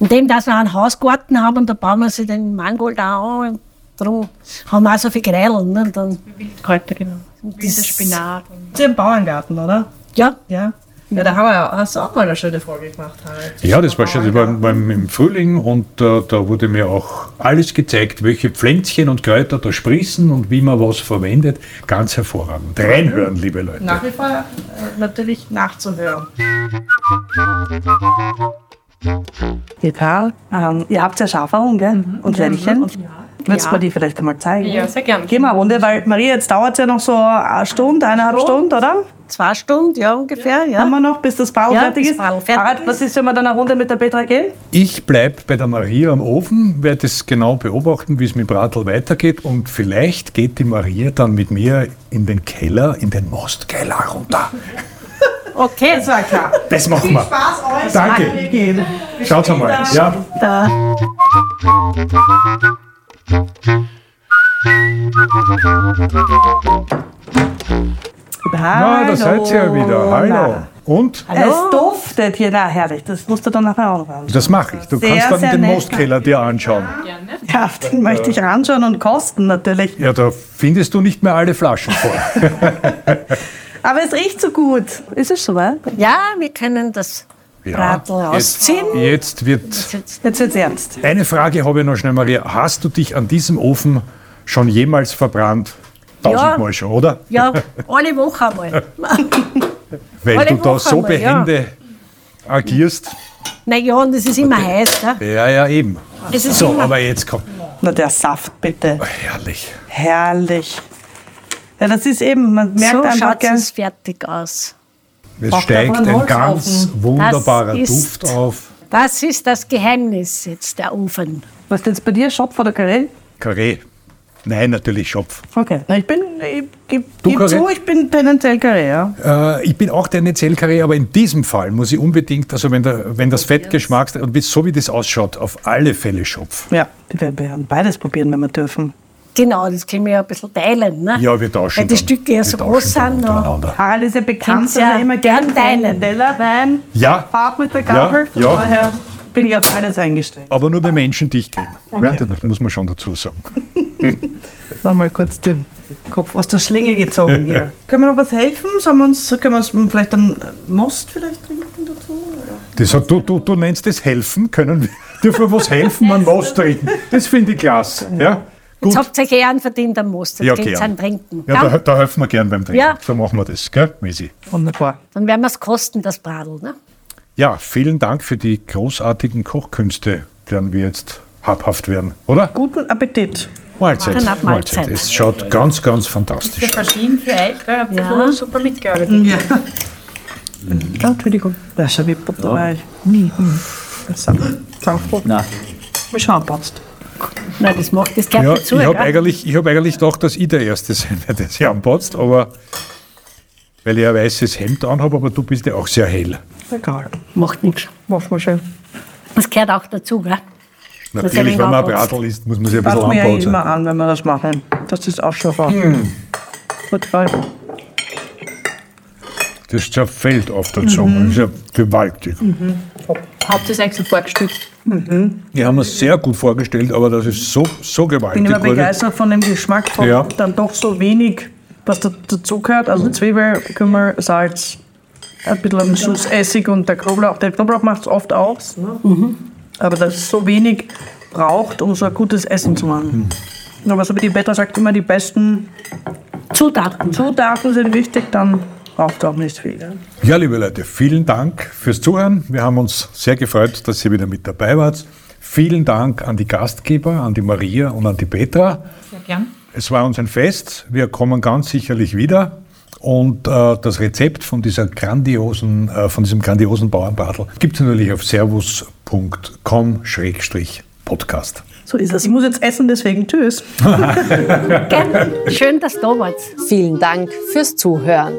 [SPEAKER 7] Indem, dass wir einen Hausgarten haben und da bauen wir sie den Mangold auch an und darum haben wir auch so viel Grädeln. Ne? Und Dann,
[SPEAKER 8] Wildkräuter, genau. Wilder
[SPEAKER 7] Das-
[SPEAKER 8] Spinat.
[SPEAKER 6] Ist ja im Bauerngarten, oder?
[SPEAKER 7] ja,
[SPEAKER 6] Ja. Ja, da haben wir, ja- hast du auch mal eine schöne Folge gemacht, Harald.
[SPEAKER 5] Ja, das war schon das war beim, im Frühling und äh, da wurde mir auch alles gezeigt, welche Pflänzchen und Kräuter da sprießen und wie man was verwendet. Ganz hervorragend. Reinhören, liebe Leute.
[SPEAKER 6] Nach wie vor äh, natürlich nachzuhören. Ihr Karl, ähm, ihr habt Mhm. ja Schaferl, gell? Und Lämmchen. Würdest
[SPEAKER 8] Ja.
[SPEAKER 6] du mir die vielleicht einmal zeigen?
[SPEAKER 8] Ja, sehr gern.
[SPEAKER 6] Gehen wir eine Runde, weil Maria, jetzt dauert es ja noch so eine Stunde, eineinhalb Stunden, oder?
[SPEAKER 7] Zwei Stunden, ja, ungefähr. Ja.
[SPEAKER 6] Haben wir noch, bis das Bau
[SPEAKER 7] Ja,
[SPEAKER 6] fertig
[SPEAKER 7] bis
[SPEAKER 6] ist?
[SPEAKER 7] Bau fertig
[SPEAKER 6] Harald, was ist, wenn wir dann eine Runde mit der Petra gehen?
[SPEAKER 5] Ich bleibe bei der Maria am Ofen, werde es genau beobachten, wie es mit Bratl weitergeht und vielleicht geht die Maria dann mit mir in den Keller, in den Mostkeller runter.
[SPEAKER 7] Okay,
[SPEAKER 6] Das war klar.
[SPEAKER 5] Das machen wir.
[SPEAKER 6] Spaß euch.
[SPEAKER 5] Danke.
[SPEAKER 6] Wir gehen.
[SPEAKER 5] Schaut mal. Ja. Na, da seid ihr ja wieder. Hallo. Und?
[SPEAKER 6] Es duftet hier, na herrlich, das musst du dann nachher auch noch anschauen.
[SPEAKER 5] Das mache ich. Du
[SPEAKER 6] Sehr, sehr
[SPEAKER 5] kannst dann den
[SPEAKER 6] nett.
[SPEAKER 5] Mostkeller dir anschauen.
[SPEAKER 6] Ja, auf den möchte ich anschauen und kosten natürlich.
[SPEAKER 5] Ja, da findest du nicht mehr alle Flaschen vor.
[SPEAKER 6] Aber es riecht so gut. Ist es schon, mal?
[SPEAKER 7] ja, wir können das Bratl
[SPEAKER 5] jetzt,
[SPEAKER 7] rausziehen.
[SPEAKER 5] jetzt wird.
[SPEAKER 6] Jetzt wird's ernst.
[SPEAKER 5] Eine Frage habe ich noch schnell, Maria. Hast du dich an diesem Ofen schon jemals verbrannt? Tausendmal schon, oder?
[SPEAKER 7] Ja, alle Woche einmal.
[SPEAKER 5] Weil
[SPEAKER 7] alle
[SPEAKER 5] du da
[SPEAKER 7] Woche
[SPEAKER 5] so
[SPEAKER 7] einmal, ja.
[SPEAKER 5] behende agierst.
[SPEAKER 7] Naja, und es ist immer heiß. Gell?
[SPEAKER 5] Ja, ja, eben.
[SPEAKER 7] Es ist
[SPEAKER 5] So,
[SPEAKER 7] immer
[SPEAKER 5] aber jetzt kommt.
[SPEAKER 6] Na, der Saft, bitte.
[SPEAKER 5] Herrlich.
[SPEAKER 6] Herrlich. Ja, das ist eben, man merkt
[SPEAKER 7] so
[SPEAKER 6] einfach
[SPEAKER 7] schaut
[SPEAKER 6] gell,
[SPEAKER 7] es fertig aus.
[SPEAKER 5] Es
[SPEAKER 6] Braucht
[SPEAKER 5] steigt
[SPEAKER 6] aber einen
[SPEAKER 5] ein
[SPEAKER 6] Holzofen.
[SPEAKER 5] ganz wunderbarer
[SPEAKER 7] Das ist-
[SPEAKER 5] Duft auf.
[SPEAKER 7] Das ist das Geheimnis jetzt, der Ofen.
[SPEAKER 6] Was ist jetzt bei dir, Schopf oder Karell?
[SPEAKER 5] Karree. Nein, natürlich Schopf.
[SPEAKER 6] Okay. Na, ich bin, ich gebe
[SPEAKER 5] Du,
[SPEAKER 6] geb
[SPEAKER 5] Karell?
[SPEAKER 6] zu, ich bin tendenziell Karell, ja.
[SPEAKER 5] Äh, ich bin auch der Netzellkarree, aber in diesem Fall muss ich unbedingt, also wenn, der, wenn
[SPEAKER 7] Oh,
[SPEAKER 5] das Fett geschmackt und wie- so wie das ausschaut, auf alle Fälle Schopf.
[SPEAKER 6] Ja, wir werden beides probieren, wenn wir dürfen.
[SPEAKER 7] Genau, das können wir ja ein bisschen teilen. Ne?
[SPEAKER 5] Ja, wir tauschen.
[SPEAKER 7] Weil die
[SPEAKER 5] dann.
[SPEAKER 7] Stücke ja
[SPEAKER 5] Wir
[SPEAKER 7] so
[SPEAKER 5] tauschen
[SPEAKER 7] groß
[SPEAKER 5] dann
[SPEAKER 7] sind. noch.
[SPEAKER 5] untereinander.
[SPEAKER 6] Harald ist ja bekannt,
[SPEAKER 7] Kannst
[SPEAKER 6] dass er
[SPEAKER 7] ja
[SPEAKER 6] immer gern
[SPEAKER 7] gern teilen.
[SPEAKER 6] Teller, Wein,
[SPEAKER 5] Ja,
[SPEAKER 6] Fahrt mit der Gabel.
[SPEAKER 5] Ja, ja.
[SPEAKER 6] Von daher bin ich auf alles eingestellt.
[SPEAKER 5] aber nur bei Menschen, die ich kenne. Ja, das muss man schon dazu sagen.
[SPEAKER 6] Noch mal kurz den Kopf aus der Schlinge gezogen hier. können wir noch was helfen? Sollen wir uns, können wir uns vielleicht einen Most vielleicht trinken dazu?
[SPEAKER 5] Das hat, du, du, du nennst das helfen, können wir, dürfen wir was helfen, man muss trinken. Das finde ich klasse. Ja, gut.
[SPEAKER 7] Jetzt habt ihr euch eh einen verdient am Most. Jetzt
[SPEAKER 5] Ja,
[SPEAKER 7] geht's
[SPEAKER 5] gern.
[SPEAKER 7] an Trinken.
[SPEAKER 5] Ja,
[SPEAKER 7] gell?
[SPEAKER 5] da, da helfen wir gern beim Trinken.
[SPEAKER 7] Ja.
[SPEAKER 5] So machen wir das, gell, Misi?
[SPEAKER 6] Wunderbar.
[SPEAKER 7] Dann werden wir es kosten, das Bradl. Ne?
[SPEAKER 5] Ja, vielen Dank für die großartigen Kochkünste, deren wir jetzt habhaft werden, oder?
[SPEAKER 6] Guten Appetit.
[SPEAKER 5] Mahlzeit.
[SPEAKER 7] Dann ab Mahlzeit.
[SPEAKER 5] Mahlzeit. Es schaut ganz, ganz fantastisch aus.
[SPEAKER 8] Verschieden für euch, gell? Habt ihr so super mitgearbeitet.
[SPEAKER 6] Ja. Oh, Entschuldigung. Da ist schon wie Butter dabei. Nie. Mhm. Das Zahnfrot.
[SPEAKER 4] Nein.
[SPEAKER 6] Mal schauen, passt.
[SPEAKER 7] Nein, das macht das gleich
[SPEAKER 5] Ja,
[SPEAKER 7] dazu.
[SPEAKER 5] ich habe
[SPEAKER 7] gell?
[SPEAKER 5] eigentlich, ich hab eigentlich gedacht, dass ich der Erste sein werde, der sich anpotzt, aber weil ich ein weißes Hemd anhabe, aber du bist ja auch sehr hell.
[SPEAKER 6] Egal.
[SPEAKER 7] Macht nichts.
[SPEAKER 6] Mach mal schön.
[SPEAKER 7] Das gehört auch dazu. Gell?
[SPEAKER 5] Natürlich,
[SPEAKER 7] ich
[SPEAKER 5] wenn man ein
[SPEAKER 7] anpotzt.
[SPEAKER 5] Bratl isst, muss man sich ein
[SPEAKER 6] Passt
[SPEAKER 5] bisschen
[SPEAKER 6] mir ja eh
[SPEAKER 5] anpotzen.
[SPEAKER 6] immer an, wenn wir das machen. Das ist auch schon raus. Gut, voll.
[SPEAKER 5] Das zerfällt auf der Zunge, das ist ja gewaltig.
[SPEAKER 8] Habt ihr es euch so vorgestellt?
[SPEAKER 5] Ich habe mir sehr gut vorgestellt, aber das ist so, so
[SPEAKER 6] bin
[SPEAKER 5] gewaltig.
[SPEAKER 6] immer
[SPEAKER 5] wurde.
[SPEAKER 6] begeistert von dem Geschmack von
[SPEAKER 5] Ja.
[SPEAKER 6] dann doch so wenig, was da, dazu gehört. Also Zwiebel, Kümmer, Salz, ein bisschen am Schluss Essig und der Knoblauch. Der Knoblauch macht es oft aus. Ne? Aber das ist so wenig braucht, um so ein gutes Essen zu machen. Aber so wie die Petra sagt, immer die besten
[SPEAKER 7] Zutaten.
[SPEAKER 6] Zutaten sind wichtig, dann braucht auch nicht viel. Ne?
[SPEAKER 5] Ja, liebe Leute, vielen Dank fürs Zuhören. Wir haben uns sehr gefreut, dass ihr wieder mit dabei wart. Vielen Dank an die Gastgeber, an die Maria und an die Petra.
[SPEAKER 8] Sehr gern.
[SPEAKER 5] Es war uns ein Fest. Wir kommen ganz sicherlich wieder. Und äh, das Rezept von, dieser grandiosen, äh, von diesem grandiosen Bauernbadel gibt es natürlich auf servus.com-podcast.
[SPEAKER 6] So ist es. Ich muss jetzt essen, deswegen tschüss.
[SPEAKER 7] Gell? Schön, dass du da warst.
[SPEAKER 3] Vielen Dank fürs Zuhören.